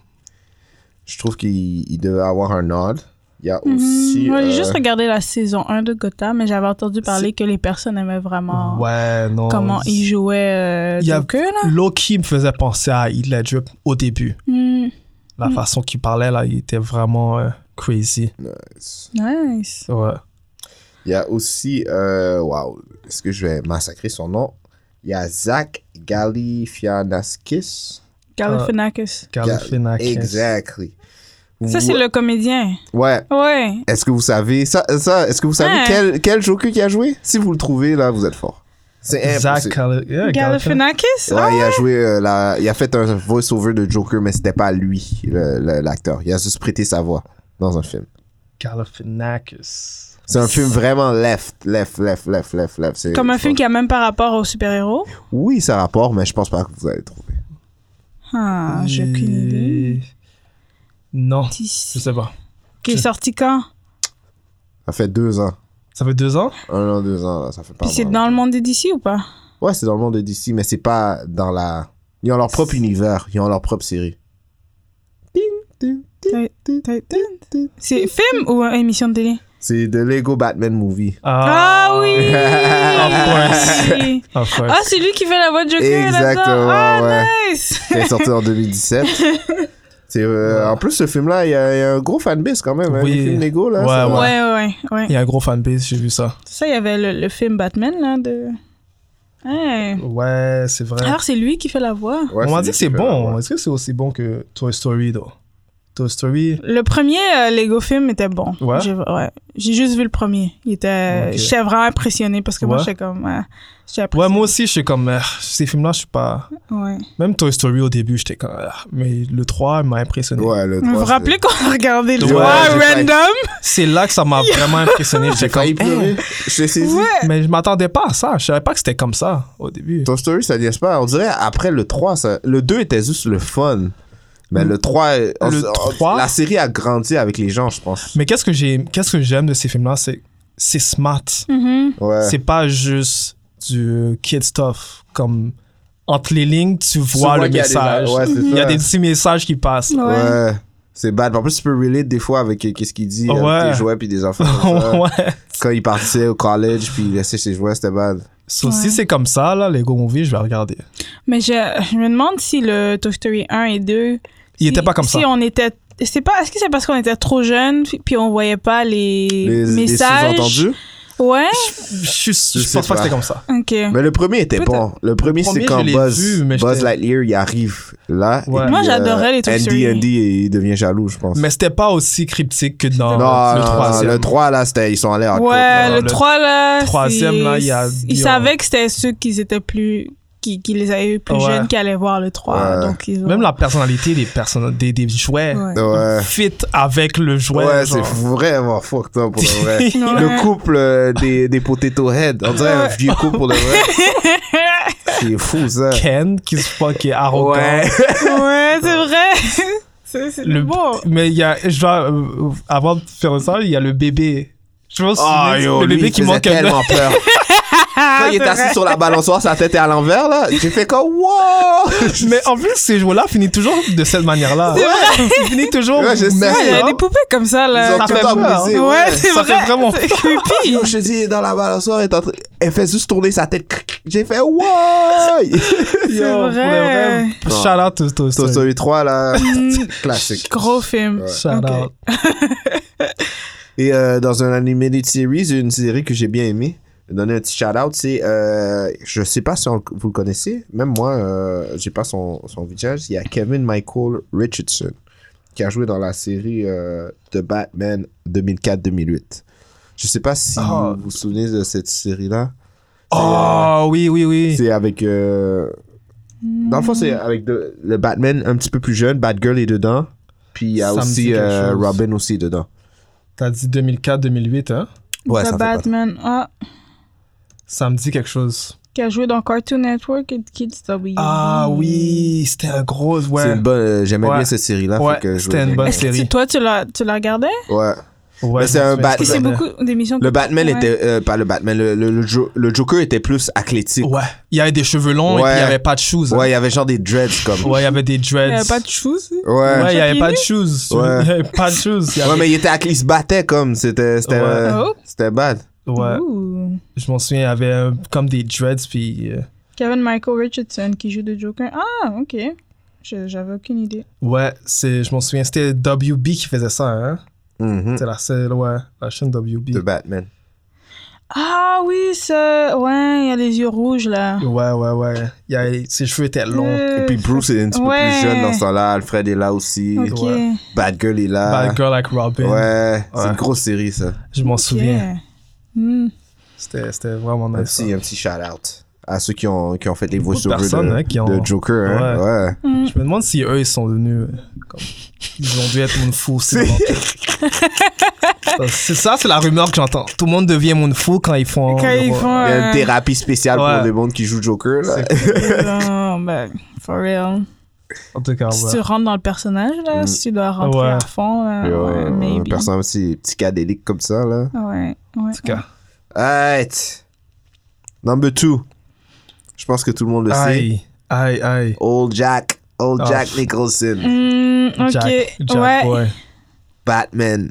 S2: Je trouve qu'il il devait avoir un nod. Il y a aussi.
S3: Mhm. Ouais, J'ai
S2: euh,
S3: juste regardé la saison 1 de Gotham, mais j'avais entendu parler que les personnes aimaient vraiment
S1: Ouais, non.
S3: Ah. comment il jouait euh,
S1: Il y a-
S3: Joker là.
S1: Loki me faisait penser à Heath Ledger au début.
S3: Mm.
S1: La façon qu'il parlait, là, il était vraiment euh, crazy.
S3: Nice.
S1: Ouais.
S2: Il y a aussi. euh, Waouh, est-ce que je vais massacrer son nom Il y a Zach Galifianakis.
S3: Galifianakis.
S1: Galifianakis.
S2: Exactly. Euh,
S3: Ça c'est le comédien.
S2: Ouais.
S3: Ouais.
S2: Est-ce que vous savez ça, ça Est-ce que vous savez
S3: Ouais.
S2: quel, quel Joker qui a joué Si vous le trouvez là, vous êtes fort. C'est
S1: Zach
S2: impossible.
S1: Gal- yeah, Galifianakis.
S3: Galifianakis
S2: Ouais, il a joué euh, la- il a fait un voice-over de Joker, mais c'était pas lui, le- le- l'acteur. Il a juste prêté sa voix dans un film.
S1: Galifianakis.
S2: C'est un film vraiment left, left, left, left, left, left. C'est-
S3: Comme un
S2: je
S3: film
S2: pense-
S3: qui a même pas rapport au super-héros.
S2: Oui, ça rapporte, mais je pense pas que vous allez le trouver.
S3: Ah, j'ai aucune idée.
S1: Et- Non, je
S3: Qui
S1: sais pas.
S3: est sorti quand
S2: Ça fait deux ans.
S1: Ça fait deux ans
S2: Un an, deux ans, là, ça fait pas
S3: Puis c'est
S2: mal.
S3: dans le monde d'ici ou pas
S2: Ouais, c'est dans le monde de DC, mais c'est pas dans la... Ils ont leur propre univers, ils ont leur propre série.
S3: C'est film ou euh, émission de télé
S2: C'est de Lego Batman Movie.
S3: Ah
S1: Of
S3: oui
S1: Of course.
S3: Ah, c'est lui qui fait la voix de Joker
S2: Exactement,
S3: là-dedans Ah,
S2: ouais.
S3: nice
S2: C'est sorti en 2017. C'est, euh, En plus, ce film-là, il y, a il y a un gros fanbase quand même. hein,
S1: Oui.
S2: les films Lego, là.
S1: Ouais,
S2: ça-
S3: Ouais,
S1: ouais.
S3: ouais, ouais.
S1: Il y a un gros fanbase, j'ai vu ça.
S3: Ça, il y avait le, le film Batman là de. Ouais.
S1: Ouais, c'est vrai.
S3: Alors, c'est lui qui fait la voix.
S2: euh, Ouais,
S1: On m'a dit
S2: lui
S1: que c'est
S2: qui fait
S1: bon.
S2: la voix.
S1: Est-ce que c'est aussi bon que Toy Story, though? Toy Story,
S3: Le premier euh, Lego film était bon.
S1: Ouais?
S3: J'ai ouais. J'ai juste vu le premier. Il était.
S1: Ok.
S3: J'étais vraiment impressionné parce que moi,
S1: Ouais.
S3: j'étais comme. ouais, j'étais
S1: Ouais,
S3: impressionné.
S1: moi aussi, je suis comme. euh, ces films-là, je suis pas.
S3: Ouais.
S1: Même Toy Story au début, j'étais comme. euh, mais le 3 m'a impressionné.
S2: Ouais, le
S3: Vous vous
S2: trois,
S3: rappelez qu'on a regardé le
S1: Ouais,
S3: roi
S2: j'ai failli-
S3: random?
S1: C'est là que ça m'a vraiment impressionné.
S2: c'est- J'ai
S1: J'étais comme.
S2: failli pleurer.
S1: eh,
S2: Je l'ai saisi.
S1: mais je m'attendais pas à ça. Je savais pas que c'était comme ça au début.
S2: Toy Story, ça niaise pas. On dirait après le 3, ça... le 2 était juste le fun. Mais le 3, on-
S1: Le
S2: on-
S1: 3?
S2: la série a grandi avec les gens, je pense.
S1: Mais qu'est-ce que j'ai, qu'est-ce que j'aime de ces films-là, c'est, c'est smart.
S3: Mhm.
S2: Ouais.
S1: C'est pas juste du kid stuff. Comme entre les lignes, tu vois
S2: Tu
S1: le
S2: qu'il y a des-
S1: message.
S2: Ouais, c'est
S1: Il y a
S2: ça.
S1: des petits messages qui passent.
S3: Ouais.
S2: Ouais. C'est bad. En plus, tu peux relate des fois avec euh, qu'est-ce qu'il dit, avec
S1: Ouais.
S2: des jouets puis des enfants.
S1: ouais.
S2: Quand il partait au college puis il laissait ses jouets, c'était bad.
S1: So,
S3: Ouais.
S1: Si c'est comme ça, là, les Movie, je vais regarder.
S3: Mais je, je me demande si le Toy Story 1 et 2.
S1: Il
S3: si-
S1: était pas comme
S3: si
S1: ça.
S3: on était. C'est pas, est-ce que c'est parce qu'on était trop jeune puis on voyait pas les,
S2: Les, les
S3: messages?
S2: sous-entendus.
S3: Ouais,
S1: Je, suis- je
S2: sais
S1: pense pas que
S2: pas.
S1: c'était comme ça.
S3: ok.
S1: Ben,
S2: Mais le premier était
S1: Peut-être.
S2: bon. Le premier,
S1: Le
S2: c'est
S1: premier,
S2: quand
S1: je l'ai
S2: Buzz,
S1: vu, mais
S2: Buzz
S1: j'étais-
S2: Lightyear, il arrive là. et
S1: Ouais.
S2: puis,
S3: Moi,
S2: euh,
S3: j'adorais les Toy
S2: Andy,
S3: Story.
S2: Andy, il devient jaloux, je pense.
S1: Mais c'était pas aussi cryptique que dans
S2: non,
S1: Oh, le
S2: non, non,
S1: troisième.
S2: le 3, là, c'était, ils sont allés en
S3: ouais,
S1: ah, non,
S3: le,
S1: le
S3: 3 là.
S1: troisième,
S3: c'est-
S1: là, il y a-
S3: Ils savaient que c'était ceux qui étaient plus. qui, qui les avaient eu plus
S1: Ouais.
S3: jeunes qui allaient voir le 3.
S2: Ouais.
S3: Donc ils ont...
S1: Même la personnalité des, personnes, des, des jouets
S3: Ouais.
S2: couple. Ouais.
S1: fit avec le jouet.
S2: Ouais, c'est
S1: genre.
S2: vraiment fucked up pour de vrai.
S3: Ouais.
S2: Le couple euh, des, des potato head. On dirait un vieux couple pour de vrai. C'est fou, ça.
S1: Ken qui se voit qui est arrogant.
S3: ouais, c'est vrai. c'est c'est
S1: Le-
S3: bon.
S1: Mais il y a, je dois, euh, avant de faire ça, il y a le bébé. Je me
S2: Ah,
S1: souviens,
S2: yo,
S1: le
S2: lui,
S1: bébé
S2: il
S1: qui
S2: faisait
S1: manque un
S2: tellement peur. Quand il est
S3: c'est
S2: assis
S3: vrai.
S2: sur la balançoire, sa tête est à l'envers, là. J'ai fait comme, wow!
S1: Mais en plus, ces jouets-là finissent toujours de cette manière-là. Ils finissent toujours.
S2: Ouais, je sais.
S1: messy,
S3: Ouais, il y a
S1: hein.
S3: des poupées comme ça là.
S2: Ils ont
S1: ça
S2: tout
S1: fait
S2: le temps
S1: peur.
S2: brisé,
S3: ouais,
S2: ouais.
S3: c'est
S1: Ça
S3: vrai.
S1: fait vraiment
S3: C'est creepy.
S2: Yo, je te dis, elle est dans la balançoire, elle, est en train- elle fait juste tourner sa tête. J'ai fait, wow!
S1: Yo,
S3: vrai.
S1: pour de vrai. Shout out to Toy
S2: Toy
S1: Story.
S2: Story 3, là,
S3: Mm,
S2: classique.
S3: Gros film.
S1: Shout
S3: Ok.
S1: out.
S2: Et euh, dans un animated series, une série que j'ai bien aimée, je vais donner un petit shout-out, c'est, euh, je sais pas si on- vous le connaissez, même moi, euh, j'ai pas son, son visage, il y a Kevin Michael Richardson, qui a joué dans la série euh, de Batman 2004-2008. Je sais pas si
S1: Ah.
S2: vous vous souvenez de cette série-là.
S1: Oh, oui, oui, oui.
S2: C'est avec... euh, dans le fond, c'est avec de- le Batman un petit peu plus jeune, Batgirl est dedans, puis il y a
S1: Ça me dit
S2: aussi
S1: quelque
S2: euh,
S1: chose.
S2: Robin aussi dedans.
S1: T'as dit 2004-2008, hein?
S2: Ouais, ça
S3: The
S2: fait pas-
S3: Batman ah,
S1: Ça me dit quelque chose.
S3: qui a joué dans Cartoon Network et Kids W.
S1: Ah oui, c'était un gros.
S2: C'est
S1: Ouais.
S2: une bonne. euh, J'aimais
S1: Ouais.
S2: bien cette série-là.
S1: Ouais,
S2: fait que je
S1: c'était
S2: voulais-
S1: une bonne
S3: Est-ce que
S1: série.
S3: tu- toi, tu la, tu la regardais?
S2: Ouais.
S1: Ouais,
S2: Mais
S1: je
S2: c'est
S1: me
S2: un
S1: souviens.
S2: Bat-
S3: Parce que c'est
S2: Ah, Batman.
S3: beaucoup d'émissions.
S2: Le Batman
S3: Ouais.
S2: était. euh, pas le Batman, le, le- le Jo- le Joker était plus athlétique.
S1: Ouais. Il y avait des cheveux longs et
S2: Ouais.
S1: puis il y avait pas de shoes. hein.
S2: Ouais, il y avait genre des dreads comme.
S1: Ouais, il y avait des
S3: Il n'y
S1: dreads.
S3: avait pas de choses.
S2: Ouais.
S1: Ouais, il y avait
S3: Shaquille
S1: pas de shoes.
S2: Ouais.
S1: Il y avait pas de shoes. Il y
S2: Ouais,
S1: avait-
S2: mais il était athlétique, il se battait comme. C'était. C'était
S1: Ouais.
S2: euh,
S3: Oh.
S2: c'était bad.
S1: Ouais.
S3: Ouh.
S1: Je m'en souviens, il y avait euh, comme des dreads puis. euh,
S3: Kevin Michael Richardson qui joue de Joker. Ah, ok. Je- J'avais aucune idée.
S1: Ouais, c'est, je m'en souviens, c'était WB qui faisait ça, hein?
S2: Mhm.
S1: C'était la seule, ouais, la chaîne WB.
S2: De Batman.
S3: Ah oui, ça. Ouais, il y a les yeux rouges là.
S1: Ouais, ouais, ouais. Il y avait- ses cheveux étaient longs.
S3: Euh,
S2: Et puis Bruce est un petit peu
S3: Ouais.
S2: plus jeune dans ce temps-là. Alfred est là aussi.
S3: Ok.
S1: ouais.
S2: Batgirl est là.
S1: Bad Girl Like
S2: Ah. Ouais,
S1: Robin.
S2: c'est une grosse série ça.
S1: Je m'en souviens.
S3: Ok. Hmm.
S1: C'était, c'était vraiment
S2: Un
S1: nice. hein. ça.
S2: petit, un petit shout-out à ceux qui ont, qui ont fait les
S1: Beaucoup de
S2: voice-overs
S1: personnes,
S2: de,
S1: hein, qui ont-
S2: de Joker. hein. ouais.
S3: hmm.
S1: Je me demande si eux, ils sont devenus. euh, comme- Ils ont dû être monde fou aussi.
S2: C'est-
S1: devant- c'est ça, c'est la rumeur que j'entends. Tout le monde devient monde fou quand ils font.
S3: Quand ils font.
S2: Il y a
S3: euh,
S2: une thérapie spéciale
S1: Ouais.
S2: pour les mondes qui jouent Joker. Là.
S3: euh, ben, for real.
S1: En tout cas,
S3: Si tu
S1: Ah ouais.
S3: rentres dans le personnage, là,
S2: Mm.
S3: si tu dois rentrer
S1: Ouais.
S3: à fond, là,
S1: Ah
S2: Puis, ouais,
S3: ouais,
S2: un
S3: maybe.
S2: personnage aussi psychédélique comme ça. Là.
S3: Ouais, ouais.
S1: En tout cas.
S2: Alright. Number two. Je pense que tout le monde le sait.
S1: Aïe, aïe, aïe.
S2: Old Jack. Old
S1: Ah.
S2: Jack Nicholson.
S3: Hmm, ok,
S1: Jack, Jack,
S3: ouais.
S1: ouais.
S2: Batman.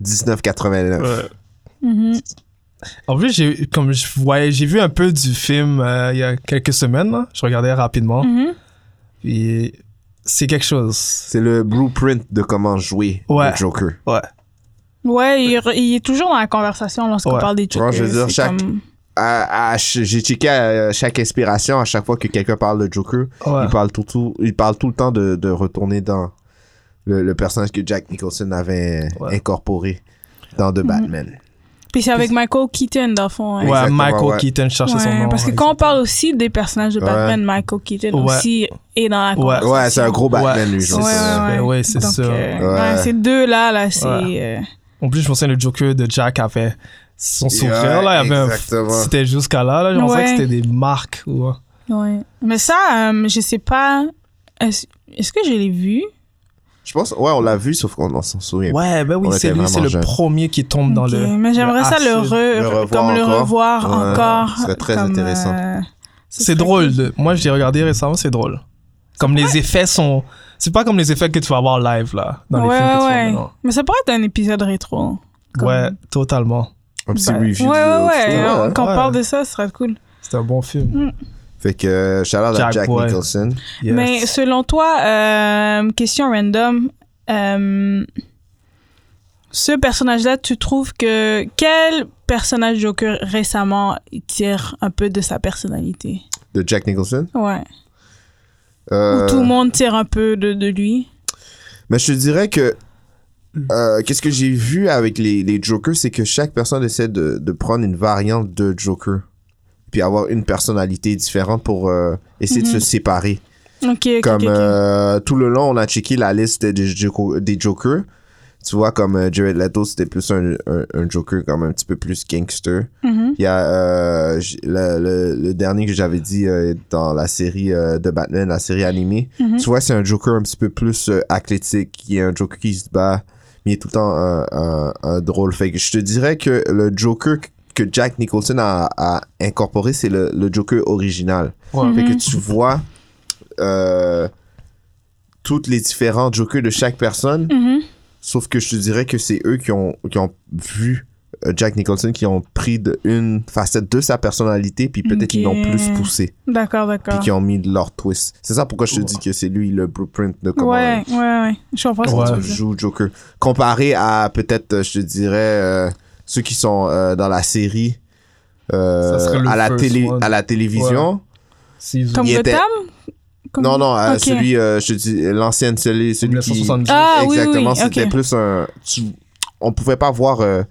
S2: 1989.
S1: Ouais.
S3: Mhm.
S1: En plus, j'ai, comme je voyais, j'ai vu un peu du film euh, il y a quelques semaines. là. Je regardais rapidement.
S3: Mhm.
S1: Puis c'est quelque chose.
S2: C'est le blueprint de comment jouer
S1: Ouais.
S2: le Joker.
S1: Ouais.
S3: Ouais, il, re- il est toujours dans la conversation lorsqu'on
S1: Ouais.
S3: parle des Jokers.
S2: Franchement, je veux dire,
S3: c'est
S2: chaque-
S3: comme-
S2: À- à ch- J'ai checké à à chaque inspiration, à chaque fois que quelqu'un parle de Joker,
S1: Ouais.
S2: il, parle tout, tout- il parle tout le temps de, de retourner dans le, le personnage que Jack Nicholson avait
S1: Ouais. Mhm.
S2: incorporé dans The Batman.
S3: Puis c'est avec Michael Keaton, dans le fond.
S2: Ouais,
S3: hein.
S1: Ouais,
S2: exactement,
S1: Michael
S2: ouais.
S1: Keaton cherchait son
S3: Ouais,
S1: nom.
S3: parce que quand on parle aussi des personnages de Batman, Michael Keaton
S1: Ouais.
S3: aussi est dans la
S1: Ouais.
S3: conversation.
S2: Ouais, c'est un gros Batman, lui,
S1: c'est
S2: genre.
S3: Ouais,
S2: c'est-
S1: sûr.
S3: ouais, ouais.
S1: Ben ouais, c'est
S3: Donc,
S1: sûr.
S3: euh,
S2: Ouais.
S3: ouais, ces deux-là, là, c'est. euh,
S1: En plus, je pensais que le Joker de Jack avait son sourire.
S2: Ouais,
S1: là, il y avait un-
S2: exactement.
S1: C'était jusqu'à là. là je pensais
S3: Ouais.
S1: que c'était des marques. ou-
S3: ouais. Mais ça, euh, je sais pas. Est-ce est-ce que je l'ai vu?
S2: Je pense, ouais, on l'a vu, sauf qu'on on s'en souvient.
S1: Ouais, ben oui,
S2: Ouais,
S1: c'est
S2: t'es
S1: lui, c'est
S2: vraiment
S1: le
S2: jeune.
S1: premier qui tombe dans
S3: Ok,
S1: le.
S3: Mais j'aimerais ça le,
S1: acide.
S3: re-
S2: Le revoir
S3: comme le
S2: encore.
S3: revoir
S2: Ouais,
S3: encore.
S2: ce serait très
S3: comme,
S2: intéressant.
S3: euh, ce
S1: C'est
S3: serait-
S1: drôle. de- Moi, je l'ai regardé récemment, c'est drôle. Comme les effets sont. C'est pas comme les effets que tu vas avoir live, là, dans les
S3: ouais,
S1: films que tu vois
S3: ouais.
S1: maintenant.
S3: Mais ça pourrait être un épisode rétro. hein, Comme-
S1: Ouais, totalement.
S2: Un petit
S3: Bah,
S2: review.
S3: Ouais,
S2: de-
S3: ouais, ouais.
S2: Ouais.
S3: on- Quand
S1: Ouais.
S3: on parle de ça, ce sera cool.
S1: C'était un bon film.
S2: Fait que, euh, shout out à
S1: Jack
S2: Jack
S1: Boy.
S2: Nicholson.
S1: Yes.
S3: Mais selon toi, euh, question random, euh, ce personnage-là, tu trouves que quel personnage Joker récemment il tire un peu de sa personnalité
S2: De Jack Nicholson.
S3: Ouais.
S2: Euh,
S3: Ou tout le monde tire un peu de, de lui
S2: Mais je te dirais que
S1: Mm.
S2: euh, qu'est-ce que j'ai vu avec les, les Jokers, c'est que chaque personne essaie de, de prendre une variante de Joker. Puis avoir une personnalité différente pour euh, essayer
S3: Mm-hmm.
S2: de se séparer.
S3: Ok, ok,
S2: comme
S3: ok, ok.
S2: euh, tout le long, on a checké la liste des, Joko- des Jokers. Tu vois, comme euh, Jared Leto, c'était plus un, un, un Joker, comme un petit peu plus gangster.
S3: Mhm.
S2: Il y a euh, j- le, le- le dernier que j'avais dit euh, dans la série euh, de Batman, la série animée.
S3: Mhm.
S2: Tu vois, c'est un Joker un petit peu plus euh, athlétique, qui est un Joker qui se bat, mais il est tout le temps un, un- un drôle. Fait que je te dirais que le Joker que Jack Nicholson a, a incorporé, c'est le, le Joker original.
S1: Ouais.
S3: Mhm.
S2: Fait que tu vois euh, toutes les différents Jokers de chaque personne,
S3: Mhm.
S2: Sauf que je te dirais que c'est eux qui ont, qui ont vu euh, Jack Nicholson, qui ont pris de- une facette de sa personnalité, puis peut-être qu'ils
S3: Ok.
S2: l'ont plus poussé,
S3: D'accord,
S2: puis
S3: d'accord.
S2: qui ont mis de leur twist. C'est ça pourquoi je te dis que c'est lui le blueprint de comment
S3: Ouais, ouais, ouais. Je comprends
S2: comment
S3: ce que
S2: tu
S3: tu veux dire.
S2: joues Joker. Comparé à peut-être, euh, je te dirais, euh, ceux qui sont euh, dans la série, euh,
S1: Ça serait le
S2: à, la
S1: first
S2: télé,
S1: one.
S2: à la télévision.
S1: Season-
S3: Comme
S2: Il était-
S3: Gotham Comme-
S2: Non, non, euh,
S3: Ok.
S2: celui, euh, je te dis, l'ancienne, celui, celui qui...
S1: 1970.
S3: Ah oui, oui,
S2: Exactement,
S3: oui, ok.
S2: c'était plus un. Tu, on pouvait pas voir euh,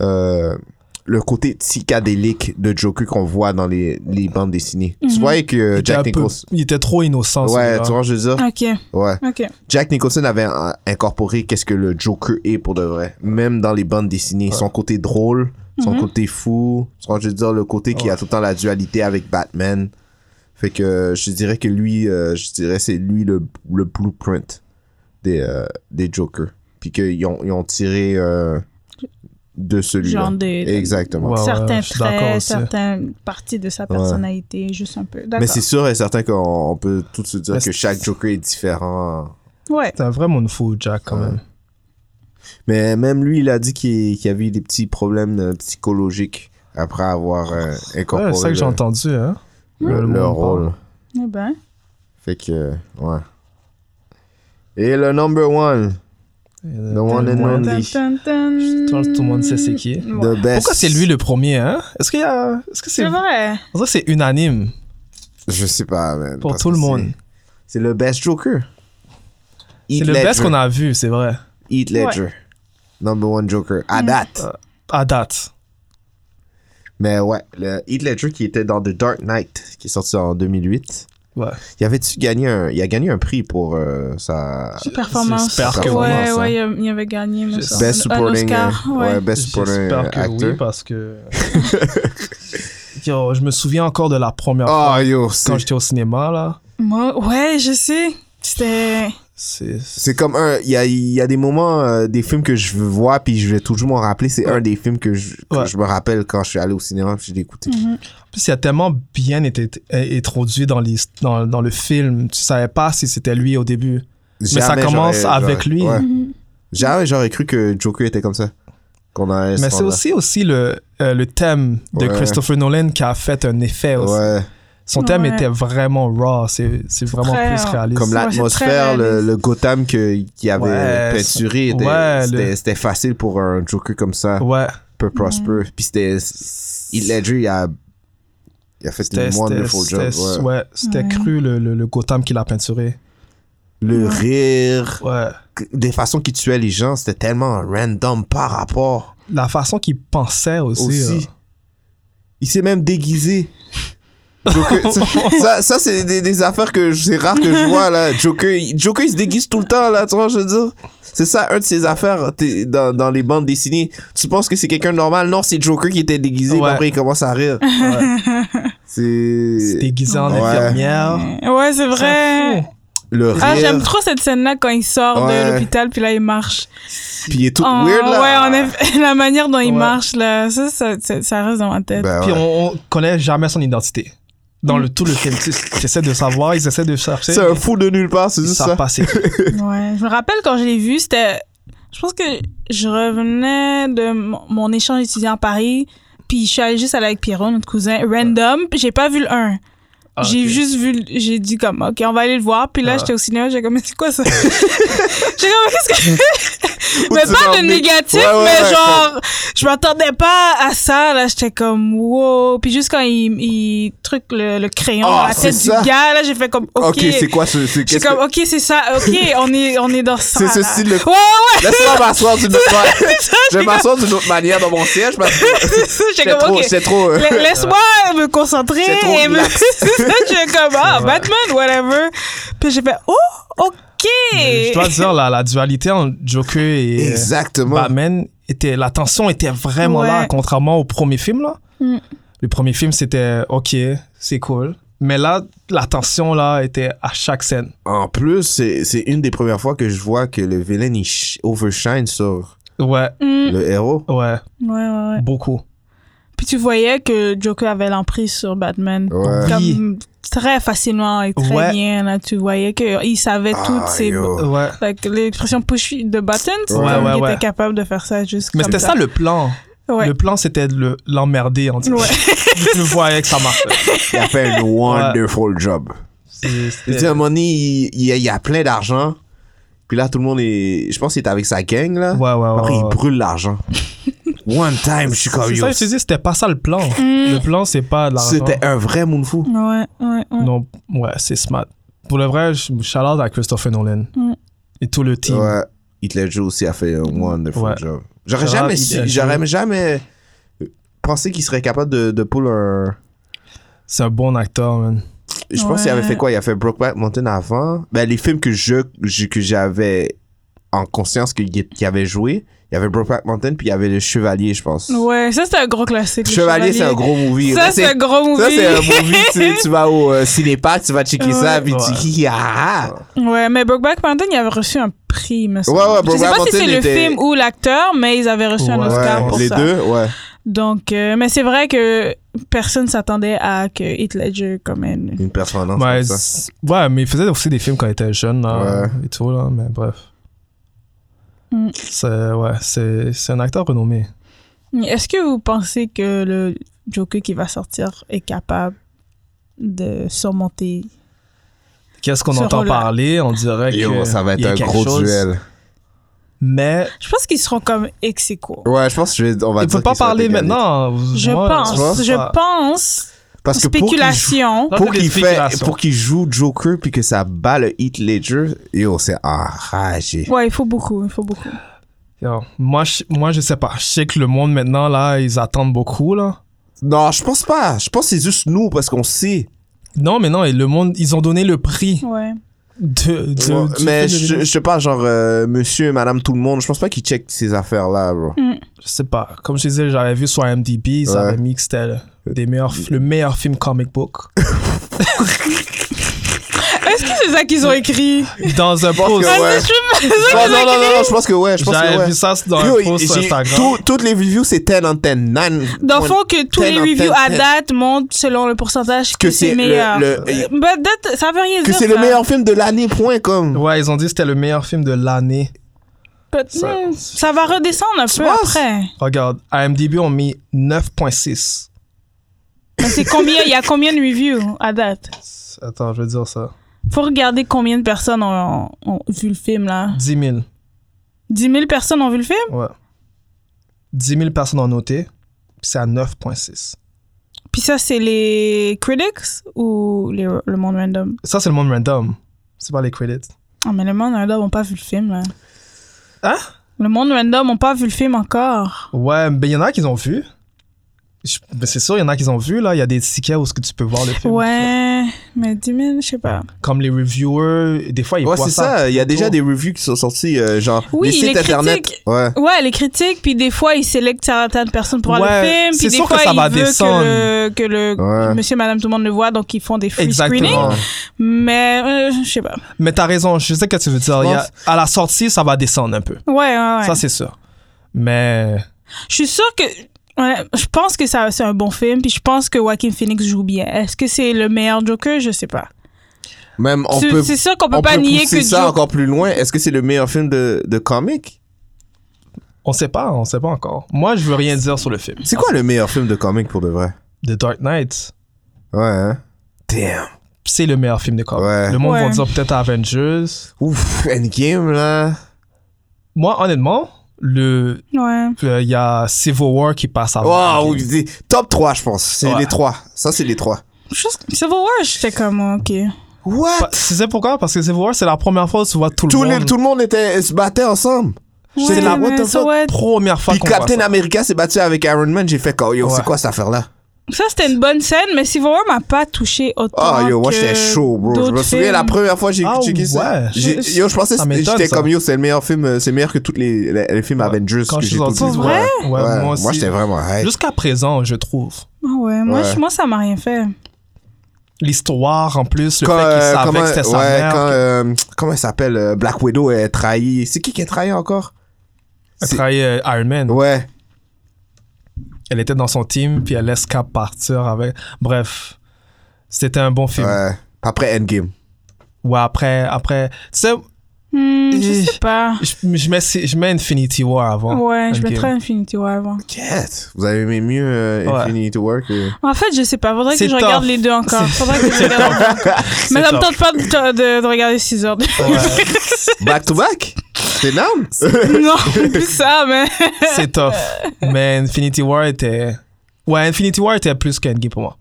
S2: euh, le côté psychédélique de Joker qu'on voit dans les, les bandes dessinées. Tu
S3: Mhm.
S2: voyais que
S1: Il
S2: euh,
S1: était un
S2: Jack
S1: peu-
S2: Nicholson.
S1: Il était trop innocent.
S2: Ouais,
S1: celui-là.
S2: tu vois, je veux dire.
S3: Ok,
S2: Ouais.
S3: ok.
S2: Jack Nicholson avait euh, incorporé qu'est-ce que le Joker est pour de vrai. Même dans les bandes dessinées. Son côté drôle, son
S3: Mhm.
S2: côté fou. Tu vois, je veux dire, le côté qui a tout le temps la dualité avec Batman. Fait que euh, je dirais que lui, euh, je dirais c'est lui le, le blueprint des, euh, des Jokers. Puis qu'ils ont, ils ont tiré euh, de celui-là.
S3: Genre des.
S2: Exactement.
S1: Ouais, ouais,
S3: certains
S1: je suis d'accord
S3: traits,
S1: aussi.
S3: certaines parties de sa personnalité, juste un peu.
S2: Mais
S3: D'accord.
S2: c'est sûr et certain qu'on on peut tout se dire
S1: Mais
S2: que
S1: c'est-
S2: chaque Joker est différent.
S3: Ouais.
S1: T'as vraiment une fou, Jack, quand
S2: Ouais.
S1: même.
S2: Mais même lui, il a dit qu'il qu'il avait eu des petits problèmes euh, psychologiques après avoir euh, incorporé
S1: Ouais, Ah, c'est ça que j'ai
S2: le,
S1: entendu, hein.
S2: le-
S1: Le
S2: le
S1: monde
S2: rôle.
S3: Eh ben.
S2: Fait que, ouais. Et le number one,
S1: Euh,
S2: The one and
S1: Taylor
S2: only.
S1: Wilde. Je pense que tout le monde sait c'est qui.
S3: Ouais.
S2: the best.
S1: Pourquoi c'est lui le premier, hein? Est-ce qu'il y a... Est-ce que c'est...
S3: C'est vrai.
S1: On dirait que c'est unanime
S2: Je sais pas, man.
S1: pour
S2: parce
S1: tout
S2: que
S1: le monde.
S2: C'est c'est le best Joker.
S1: C'est
S2: Heath
S1: le best
S2: Ledger.
S1: qu'on a vu, c'est vrai.
S2: Heath Ledger. Number one Joker.
S1: Mm.
S2: À date.
S1: À date.
S2: Mais ouais, le Heath Ledger qui était dans The Dark Knight, qui est sorti en 2008.
S1: Ouais.
S2: Il avait-tu gagné un... Il a gagné un prix pour euh, sa...
S3: Performance.
S1: J'espère
S2: que
S3: ouais,
S2: vraiment, ça.
S3: ouais, il a- il avait gagné. me
S1: J'espère.
S3: semble.
S2: Best supporting,
S3: Un Oscar.
S2: euh,
S3: ouais.
S2: ouais, best supporting
S1: J'espère que
S2: actor.
S1: oui, parce que... Yo, je me souviens encore de la première
S2: Oh
S1: fois
S2: yo, c'est
S1: quand j'étais au cinéma, là.
S3: Moi, ouais, je sais. C'était.
S1: C'est...
S2: c'est comme un il y a, il y a des moments euh, des films que je vois puis je vais toujours m'en rappeler, c'est un des films que je, que
S1: Ouais.
S2: je me rappelle quand je suis allé au cinéma puis je l'ai écouté.
S1: En plus, il a tellement bien été é- introduit dans, les... dans, dans le film. Tu savais pas si c'était lui au début.
S2: Jamais
S1: ça commence
S2: j'aurais-
S1: avec
S2: j'aurais-
S1: lui.
S2: ouais. Jamais j'aurais cru que Joker était comme ça. Qu'on a
S1: Mais c'est aussi, aussi le, euh, le thème de
S2: Ouais.
S1: Christopher Nolan qui a fait un effet aussi.
S2: ouais,
S1: Son thème
S3: Ouais.
S1: était vraiment raw, c'est c'est vraiment
S3: Très
S1: plus
S3: raw.
S1: réaliste.
S2: comme
S3: Ouais, c'est
S2: l'atmosphère,
S3: très
S2: le,
S3: réaliste.
S2: le Gotham que- qui avait
S1: Ouais,
S2: peinturé,
S1: c'est-
S2: était-
S1: ouais,
S2: c'était
S1: le-
S2: c'était facile pour un Joker comme ça,
S1: Ouais,
S2: peu prosper. Puis c'était Heath Ledger, il a il a fait
S1: c'était
S2: une
S1: c'était-
S2: wonderful job.
S1: c'était-
S2: ouais.
S1: ouais, c'était
S3: Ouais.
S1: cru le, le, le Gotham qu'il a peinturé.
S2: Le rire,
S1: Ouais.
S2: que- des façons qu'il tuait les gens, c'était tellement random par rapport.
S1: La façon qu'il pensait aussi.
S2: Aussi.
S1: euh,
S2: Il s'est même déguisé. Joker- ça- ça, ça c'est des, des affaires que je- c'est rare que je vois là. Joker, il- Joker, il se déguise tout le temps là, tu vois, je veux dire. C'est ça, un de ses affaires t'es- dans, dans les bandes dessinées. Tu penses que c'est quelqu'un de normal? Non, c'est Joker qui était déguisé, puis
S1: Ouais.
S2: après il commence à rire.
S1: se
S2: C'est.
S1: déguisait en
S2: Ouais.
S1: infirmière.
S3: Ouais, c'est vrai.
S1: C'est fou.
S2: Le rire.
S3: Ah, j'aime trop cette scène-là quand il sort
S2: Ouais.
S3: de l'hôpital, puis là, il marche.
S2: Puis il est tout
S1: Oh,
S3: En-
S2: weird là.
S3: Ouais, en effet, la manière dont il
S1: Ouais.
S3: marche, là, ça, ça, ça, ça reste dans ma tête.
S2: Ben
S1: Puis
S2: ouais.
S1: on, on connaît jamais son identité. dans le tout le film. Tu sais, ils essaient de savoir, ils essaient de chercher.
S2: C'est un fou de nulle part, c'est
S1: Ils
S2: juste
S1: savent
S2: ça.
S1: pas c'est qui.
S3: Ouais, je me rappelle quand je l'ai vu, c'était. Je pense que je revenais de mon mon échange étudiant à Paris, puis je suis allée juste aller avec Pierrot, notre cousin, random, puis j'ai pas vu le 1.
S1: Ah,
S3: J'ai
S1: ok.
S3: juste vu, le- j'ai dit comme, OK, on va aller le voir, puis là,
S1: Ah.
S3: j'étais au cinéma, j'ai comme, mais c'est quoi ça? j'ai comme, qu'est-ce que.
S2: Ou
S3: mais
S2: tu
S3: pas
S2: t'en
S3: de
S2: mets-
S3: négatif,
S2: Ouais, ouais,
S3: mais
S2: ouais,
S3: genre, je m'attendais pas à ça, là, j'étais comme, wow. Puis juste quand il, il truc le, le crayon
S2: Ah,
S3: à la tête
S2: c'est
S3: du
S2: ça.
S3: gars, là, j'ai fait comme, OK.
S2: Ok, c'est quoi ce. C'est
S3: Je suis
S2: qu'est-ce
S3: comme,
S2: que-
S3: ok, c'est ça, ok, on est, on est dans ça.
S2: C'est ce
S3: là.
S2: style de-
S3: Ouais, ouais,
S2: Laisse-moi m'asseoir d'une autre manière.
S3: ça,
S2: Je vais m'asseoir d'une autre manière dans mon siège parce que
S3: c'est ça, j'ai
S2: c'est
S3: comme,
S2: trop.
S3: ok.
S2: C'est trop. euh,
S3: la- Laisse-moi me concentrer
S2: C'est trop
S3: et me.
S2: relax.
S3: c'est ça, j'ai comme, ah, Batman, whatever. Puis j'ai fait, oh, ok.
S1: Je dois dire, la, la dualité entre Joker et euh,
S2: Exactement.
S1: Batman, était, la tension était vraiment
S3: Ouais.
S1: là, contrairement au premier film. Là.
S3: Mm.
S1: Le premier film, c'était OK, c'est cool. Mais là, la tension là, était à chaque scène.
S2: En plus, c'est c'est une des premières fois que je vois que le vilain il sh- overshine sur
S1: Ouais,
S3: Mm.
S2: le héros.
S1: ouais,
S3: Ouais, ouais, ouais.
S1: beaucoup.
S3: Puis tu voyais que Joker avait l'emprise sur Batman.
S2: Ouais.
S3: Comme, très facilement et très
S1: Ouais.
S3: bien, là. Tu voyais qu'il savait
S2: Ah,
S3: toutes ses.
S2: yo.
S1: Ouais.
S3: Fait que l'expression push de Batman, c'est
S2: Ouais,
S3: comme
S1: ouais,
S3: il
S1: ouais.
S3: était capable de faire ça juste
S1: Mais
S3: comme
S1: c'était ça le plan.
S3: Ouais.
S1: Le plan, c'était de le- l'emmerder, on dirait.
S3: Ouais.
S1: Je voyais que ça marchait.
S2: Il a fait un wonderful job.
S1: C'est-
S2: Je veux
S1: c'était-
S2: dire, à un moment donné, il, il y a- il y a plein d'argent. Puis là, tout le monde est. Je pense qu'il est avec sa gang, là.
S1: Ouais, ouais, ouais,
S2: hein? Après, il
S1: ouais.
S2: brûle l'argent. One time, je suis comme
S1: C'est
S2: yo.
S1: ça, je te dis, c'était pas ça le plan.
S3: Mm.
S1: Le plan, c'est pas de l'argent.
S2: C'était un vrai monde fou.
S3: Ouais, ouais, ouais.
S1: Non, ouais, c'est smart. Pour le vrai, je- shout out à Christopher Nolan
S3: Mm.
S1: et tout le team.
S2: Ouais. Heath Ledger aussi a fait un wonderful
S1: Ouais.
S2: job. J'aurais
S1: Shout
S2: jamais
S1: out Heath
S2: su-
S1: Ledger.
S2: j'aurais jamais pensé qu'il serait capable de, de pull un.
S1: C'est un bon acteur, man.
S2: Je pense qu'il
S3: Ouais.
S2: avait fait quoi Il a fait Brokeback Mountain avant. Ben, les films que je je- que j'avais en conscience qu'il qu'il avait joué, il y avait Brokeback Mountain puis il y avait Le Chevalier, je pense.
S3: Ouais, ça c'est un gros classique. le
S2: Chevalier, c'est un gros movie.
S3: Ça
S2: Là,
S3: c'est un gros movie.
S2: Ça, c'est un movie, tu, sais, tu vas au euh, cinépark, tu vas checker ça,
S3: Ouais.
S2: puis tu
S1: Ouais.
S2: dis, ah!
S3: Ouais, mais Brokeback Mountain, il avait reçu un prix, me semble.
S2: Ouais, ouais,
S3: Je sais
S2: Brokeback
S3: pas si c'est
S2: Mountain
S3: le
S2: était-
S3: film ou l'acteur, mais ils avaient reçu un
S1: Ouais,
S3: Oscar
S1: ouais,
S3: pour
S2: les
S3: ça.
S2: deux, ouais.
S3: Donc, euh, mais c'est vrai que personne s'attendait à que Heath Ledger comme elle.
S2: Une performance.
S1: Ouais,
S2: comme ça.
S1: c'est- ouais, mais il faisait aussi des films quand il était jeune là,
S2: Ouais.
S1: et tout, là, mais bref.
S3: Mm.
S1: C'est ouais, c'est- c'est un acteur renommé.
S3: Est-ce que vous pensez que le Joker qui va sortir est capable de surmonter
S1: Qu'est-ce qu'on
S3: Ce
S1: entend
S3: rôle-là.
S1: parler On dirait
S2: Yo,
S1: que
S2: ça va
S1: il y
S2: être
S1: a
S2: un
S1: quelque
S2: gros
S1: chose.
S2: duel.
S1: Mais
S3: Je pense qu'ils seront comme ex aequo.
S2: Ouais, je pense que je vais, on va
S1: il
S2: dire
S1: faut pas
S2: qu'il sera
S1: parler
S2: décalé.
S1: maintenant.
S3: Je
S1: Ouais, tu vois,
S3: pense, je
S1: ça-
S3: pense.
S2: Parce que pour qu'il joue-
S3: spéculation.
S1: Là,
S2: pour
S1: c'est des
S2: qu'il fait,
S1: spéculations.
S2: pour qu'il joue Joker puis que ça bat le Heath Ledger, yo, c'est enragé.
S3: Ouais, il faut beaucoup, il faut beaucoup.
S1: Yo, moi, je, moi, je sais pas. Je sais que le monde maintenant là, ils attendent beaucoup là.
S2: Non, je pense pas. Je pense que c'est juste nous parce qu'on sait.
S1: Non, mais non, et le monde, ils ont donné le prix
S3: Ouais.
S1: de. de-
S2: Ouais,
S1: du
S2: mais
S1: film de
S2: je,
S1: l'année.
S2: je te parle genre euh, monsieur, madame, tout le monde. Je pense pas qu'ils checkent ces affaires-là, bro.
S1: Je sais pas. Comme je disais, j'avais vu sur IMDb, ça
S2: Ouais.
S1: avait mis que c'était le, des meilleurs f- le meilleur film comic book.
S3: Est-ce que c'est ça qu'ils ont écrit Ah,
S1: Dans un post.
S2: que ouais.
S3: Je sais pas.
S2: Non, non, non, non, non, je pense que ouais, je pense que
S1: J'avais
S2: ouais.
S1: vu ça dans
S2: Yo,
S1: un post sur
S2: j'ai-
S1: Instagram.
S2: tout- toutes les reviews, c'est 10 en 10. nine-
S3: Dans le
S2: one-
S3: fond, que tous
S2: ten
S3: les
S2: en
S3: reviews
S2: ten,
S3: à
S2: ten.
S3: date montrent selon le pourcentage que, c'est meilleur.
S2: le- le-
S3: Bah, date, ça veut rien
S2: que
S3: dire.
S2: c'est le
S3: ça.
S2: meilleur film de l'année, point, comme.
S1: Ouais, ils ont dit que c'était le meilleur film de l'année.
S3: Peut-
S1: Ça-
S3: hmm, Ça va redescendre un peu
S2: penses?
S3: après.
S1: Regarde, IMDb ont mis 9.6.
S3: Mais c'est combien Il y a combien de reviews à date
S1: Attends, je vais dire ça.
S3: Faut regarder combien de personnes ont, ont vu le film là.
S1: 10 000.
S3: 10 000 personnes ont vu le film
S1: Ouais. 10 000 personnes ont noté. puis C'est à 9.6.
S3: Puis ça, c'est les critics ou les- le monde random
S1: Ça, c'est le monde random. C'est pas les credits.
S3: Ah, mais le monde random n'a pas vu le film, là.
S1: Hein?
S3: Le monde random n'a pas vu le film encore.
S1: Ouais, mais il y en a qui ont vu. Je- ben, c'est sûr, il y en a qui ont vu, là. Il y a des tickets où ce que tu peux voir le film.
S3: Ouais, mais 10 000, je sais pas.
S1: Comme les reviewers, des fois, ils
S2: Ouais,
S1: voient
S2: c'est
S1: ça.
S2: ça. Il y a déjà des reviews qui sont sorties, euh, genre,
S3: Oui,
S2: des sites
S3: les
S2: internet.
S3: critiques.
S2: Ouais.
S3: Ouais, les critiques, puis des fois, ils sélectent certaines personnes pour voir
S1: Ouais,
S3: le film, puis
S1: c'est
S3: des
S1: sûr que
S3: fois,
S1: ça
S3: ils
S1: va
S3: veulent
S1: descendre.
S3: que le, que le
S2: Ouais.
S3: monsieur, madame, tout le monde le voit, donc ils font des free screenings.
S1: Exactement.
S3: Mais, euh, je sais pas.
S1: Mais t'as raison, je sais que tu veux dire.
S2: Je
S1: il y a-
S2: pense-
S1: à la sortie, ça va descendre un peu.
S3: Ouais, ouais, ouais.
S1: Ça, c'est sûr. Mais.
S3: Je suis sûre que Ouais, je pense que ça c'est un bon film, puis je pense que Joaquin Phoenix joue bien. Est-ce que c'est le meilleur Joker Je sais pas.
S2: Même on
S3: C'est-
S2: peut.
S3: c'est sûr qu'on peut pas nier
S2: pousser
S3: que
S2: ça
S3: Joe-
S2: encore plus loin. Est-ce que c'est le meilleur film de, de comic
S1: On sait pas, on sait pas encore. Moi, je veux rien dire sur le film.
S2: C'est quoi le meilleur film de comic pour de vrai
S1: The Dark Knight,
S2: Ouais, hein Damn.
S1: c'est le meilleur film de comics.
S2: Ouais.
S1: Le monde va
S3: Ouais.
S1: dire peut-être Avengers.
S2: Ouf, Endgame là.
S1: Moi, honnêtement, le euh,
S3: Ouais.
S1: il y a Civil War qui passe avant.
S2: Waouh, c'est- top 3, je pense. C'est
S1: Ah, Ouais.
S2: les trois. Ça, c'est les trois.
S3: Chose- Civil War, j'étais comme, ok.
S2: What
S1: Pa- Tu sais pourquoi Parce que Civil War, c'est la première fois où tu vois tout
S2: tout,
S1: le
S2: le,
S1: monde.
S2: tout le monde était, se battait ensemble.
S1: C'est
S3: Ouais,
S1: la
S3: mais
S2: what the
S3: so
S2: fuck?
S3: what?
S1: Première fois
S2: Puis
S1: qu'on voit
S2: Captain
S1: ça.
S2: America s'est battu avec Iron Man. J'ai fait, oh, yo,
S1: Ouais.
S2: c'est quoi cette affaire-là
S3: Ça, c'était une bonne scène, mais Civil War m'a pas touché autant.
S2: Ah, yo, moi,
S3: que
S2: j'étais chaud, bro. Je me
S3: d'autres
S2: souviens
S3: films.
S2: la première fois que j'ai
S1: Ah,
S2: checké
S1: ouais.
S2: ça. J'ai-
S1: Ça-
S2: Yo, je pensais
S1: ça
S2: que
S1: m'étonne,
S2: j'étais
S1: ça.
S2: comme yo, c'est le meilleur film, euh, c'est meilleur que tous les, les, les films Avengers
S1: Quand
S2: que
S1: je
S2: j'ai
S1: suis
S2: tout
S1: sorti,
S2: dit.
S3: Pour vrai?
S1: ouais,
S2: Ouais,
S1: moi aussi.
S2: moi, j'étais vraiment hype.
S1: Jusqu'à présent, je trouve.
S3: Ah ouais, moi,
S2: Ouais.
S3: je- moi, ça m'a rien fait.
S1: L'histoire, en plus, le
S2: Quand,
S1: fait qu'il
S2: euh,
S1: savait
S2: comment,
S1: que c'était sa
S2: ouais,
S1: mère,
S2: quand,
S1: qu'il
S2: euh, comment elle s'appelle euh, Black Widow est trahie. C'est qui qui est trahi encore
S1: elle
S2: c'est-
S1: travaillait à euh, Iron Man.
S2: Ouais.
S1: Elle était dans son team, puis elle laisse Cap partir avec. Bref, c'était un bon film. Ouais,
S2: ouais. Après Endgame.
S1: après, après. Tu sais,
S3: Hmm, je
S1: Eh.
S3: sais pas.
S1: je, je mets, je mets Infinity War avant.
S3: Ouais, je
S1: Endgame.
S3: mettrais Infinity War avant.
S2: Yes. Vous avez aimé mieux euh,
S1: Ouais.
S2: Infinity War que.
S3: En fait, je sais pas. Faudrait que
S1: C'est
S3: je regarde
S1: tough.
S3: les deux encore.
S1: C'est-
S3: Faudrait que je regarde. les deux. Mais ça me
S1: tough.
S3: tente pas de, de- de regarder 6 heures. de-
S1: Ouais,
S2: Back to back C'est énorme
S3: non, plus ça, mais.
S1: c'est tough. Mais Infinity War était. Ouais, Infinity War était plus qu'Endgame pour moi.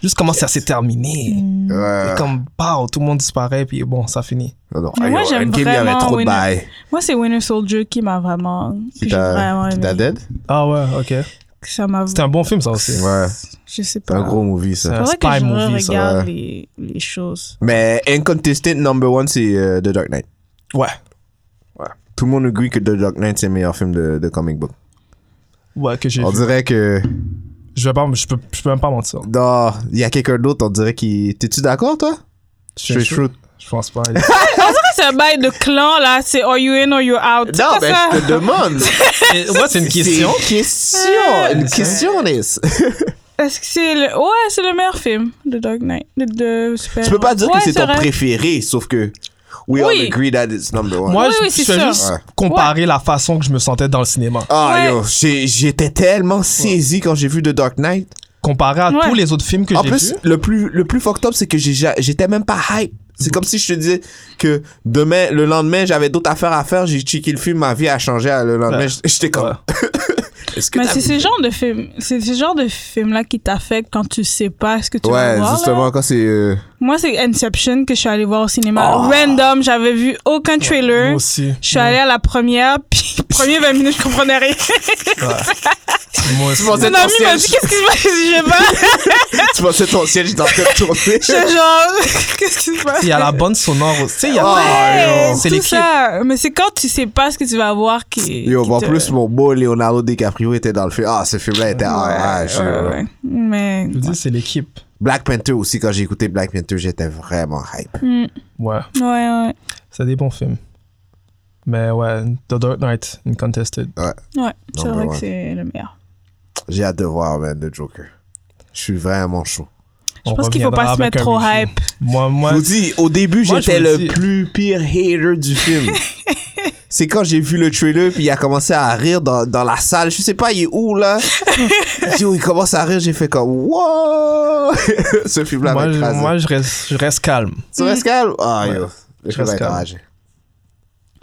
S1: Juste comment ça s'est terminé.
S2: Ouais.
S1: Et comme, pow, tout le monde disparaît, puis bon, ça finit.
S2: Non, non,
S3: Mais moi,
S2: yo,
S3: j'aime
S2: Endgame, il y avait
S3: vraiment
S2: trop de
S3: Winner-
S2: bails.
S3: Moi, c'est Winter Soldier qui m'a vraiment. que
S2: Qui
S3: j'ai vraiment
S2: t'a qui
S3: aimé.
S2: t'a dead
S1: Ah ouais, ok.
S3: Que ça m'a.
S1: C'était un bon film, ça aussi.
S2: Ouais.
S3: Je sais
S2: C'est
S3: pas.
S2: un gros movie, ça.
S1: Ouais.
S3: Faudrait que
S1: spy
S3: je
S1: movie, ça,
S3: regarde
S2: ouais.
S3: les, les choses.
S2: Mais incontested number one, c'est euh, The Dark Knight.
S1: Ouais.
S2: Tout le monde agree que The Dark Knight, c'est le meilleur film de, de comic book.
S1: Ouais, que j'ai
S2: On
S1: vu.
S2: dirait que.
S1: Je, vais pas, je, peux, je peux même pas mentir.
S2: Non, il y a quelqu'un d'autre, on dirait qu'il. T'es-tu d'accord, toi? Straight shoot.
S1: Je pense pas.
S3: Ça, c'est un bail de clan, là. C'est are you in or you're out. C'est
S2: Non,
S3: pas
S2: ben,
S3: ça.
S2: je te demande.
S1: Et ouais, c'est une question.
S2: C'est une question.
S3: Euh,
S2: Une
S1: C'est-
S2: question, Liz.
S3: Est-ce que c'est le... Ouais, c'est le meilleur film de Dark Knight. De, de super-
S2: Tu peux pas dire
S3: Ouais,
S2: que c'est ton
S3: vrai.
S2: préféré, sauf que. We all
S3: Oui.
S2: agree that it's number one.
S1: Moi,
S3: Oui,
S1: je,
S3: oui,
S1: je
S3: c'est
S1: vais
S3: sûr.
S1: juste
S2: Ouais.
S1: comparer la façon que je me sentais dans le cinéma.
S2: Ah,
S3: Ouais.
S2: yo, j'ai- j'étais tellement saisi quand j'ai vu The Dark Knight.
S1: Comparé à
S3: Ouais.
S1: tous les autres films que
S2: En
S1: j'ai
S2: plus,
S1: vus.
S2: le plus, le plus fucked up, c'est que j'ai ja- j'étais même pas hype. C'est comme si je te disais que demain, le lendemain, j'avais d'autres affaires à faire, j'ai checké le film, ma vie a changé euh, le lendemain.
S1: Ouais.
S2: j- J'étais comme.
S1: Ouais.
S2: Est-ce que
S3: Mais
S2: t'as
S3: c'est
S2: vu?
S3: ce genre de film, c'est ce genre de film là qui t'affecte quand tu sais pas ce que tu vas
S2: Ouais,
S3: voir. là.
S2: justement, quand c'est. euh,
S3: Moi, c'est Inception que je suis allée voir au cinéma.
S2: Oh.
S3: Random, j'avais vu aucun trailer.
S1: Moi aussi.
S3: je suis allée à la première, puis premier 20 minutes, je comprenais rien.
S1: Moi aussi.
S2: pensais-
S3: Mon ami m'a dit qu'est-ce qui se passe, je sais pas.
S2: tu pensais ton siège dans le tourner.
S3: J'étais genre qu'est-ce qui se passe.
S1: Il y a la bonne sonore. aussi. Tu sais, il y a.
S2: Oh,
S1: c'est
S3: tout
S1: les clips.
S3: ça. Mais c'est quand tu sais pas ce que tu vas voir qui.
S2: Yo,
S3: qui
S2: en
S3: te-
S2: plus, mon beau Leonardo DiCaprio était dans le film. Ah, ce film-là était. Ah, ouais, je-
S3: Ouais, ouais. Mais.
S1: Je vous dis, c'est l'équipe.
S2: Black Panther aussi, quand j'ai écouté Black Panther, j'étais vraiment hype.
S3: Hmm.
S1: Ouais.
S3: Ouais, ouais.
S1: C'est des bons films. Mais ouais, The Dark Knight, Uncontested.
S3: Ouais, c'est
S2: Number
S3: vrai que
S2: one.
S3: c'est le meilleur.
S2: J'ai hâte de voir, man, The Joker. Je suis vraiment chaud.
S3: Je
S1: On
S3: pense qu'il faut
S1: reviendra
S3: pas se
S1: avec
S3: mettre
S1: un
S3: trop
S1: review.
S3: hype.
S1: Moi, moi.
S2: Je vous dis, au début,
S1: Moi, je
S2: j'étais
S1: vous
S2: le
S1: dis-
S2: plus pire hater du film. C'est quand j'ai vu le trailer, puis il a commencé à rire dans, dans la salle. Je sais pas, il est où, là? Yo, il commence à rire, j'ai fait comme, wow! Ce film-là m'a
S1: Moi, je,
S2: écrasé.
S1: moi, je reste, je reste calme.
S2: Tu restes calme? Ah,
S1: Ouais.
S2: yo. Le
S1: Je
S2: film m'a
S1: reste calme.
S2: écrasé.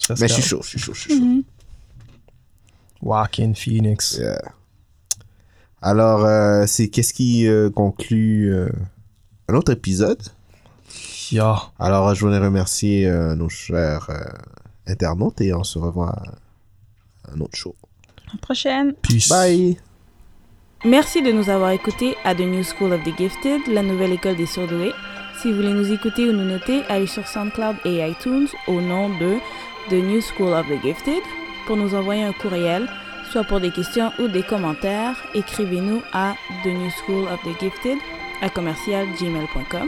S1: Je reste
S2: Mais je suis
S1: calme.
S2: chaud, je suis chaud, je suis chaud.
S1: Joaquin Phoenix.
S2: Yeah. Alors, euh, c'est qu'est-ce qui euh, conclut euh, un autre épisode?
S1: Yeah.
S2: Alors, je voulais remercier euh, nos chers euh, internautes et on se revoit à un autre show.
S3: À la prochaine.
S1: Peace.
S2: Bye!
S4: Merci de nous avoir écoutés à The New School of the Gifted, la nouvelle école des surdoués. Si vous voulez nous écouter ou nous noter, allez sur SoundCloud et iTunes au nom de The New School of the Gifted pour nous envoyer un courriel, soit pour des questions ou des commentaires. Écrivez-nous à The New School of the Gifted à commercialgmail.com.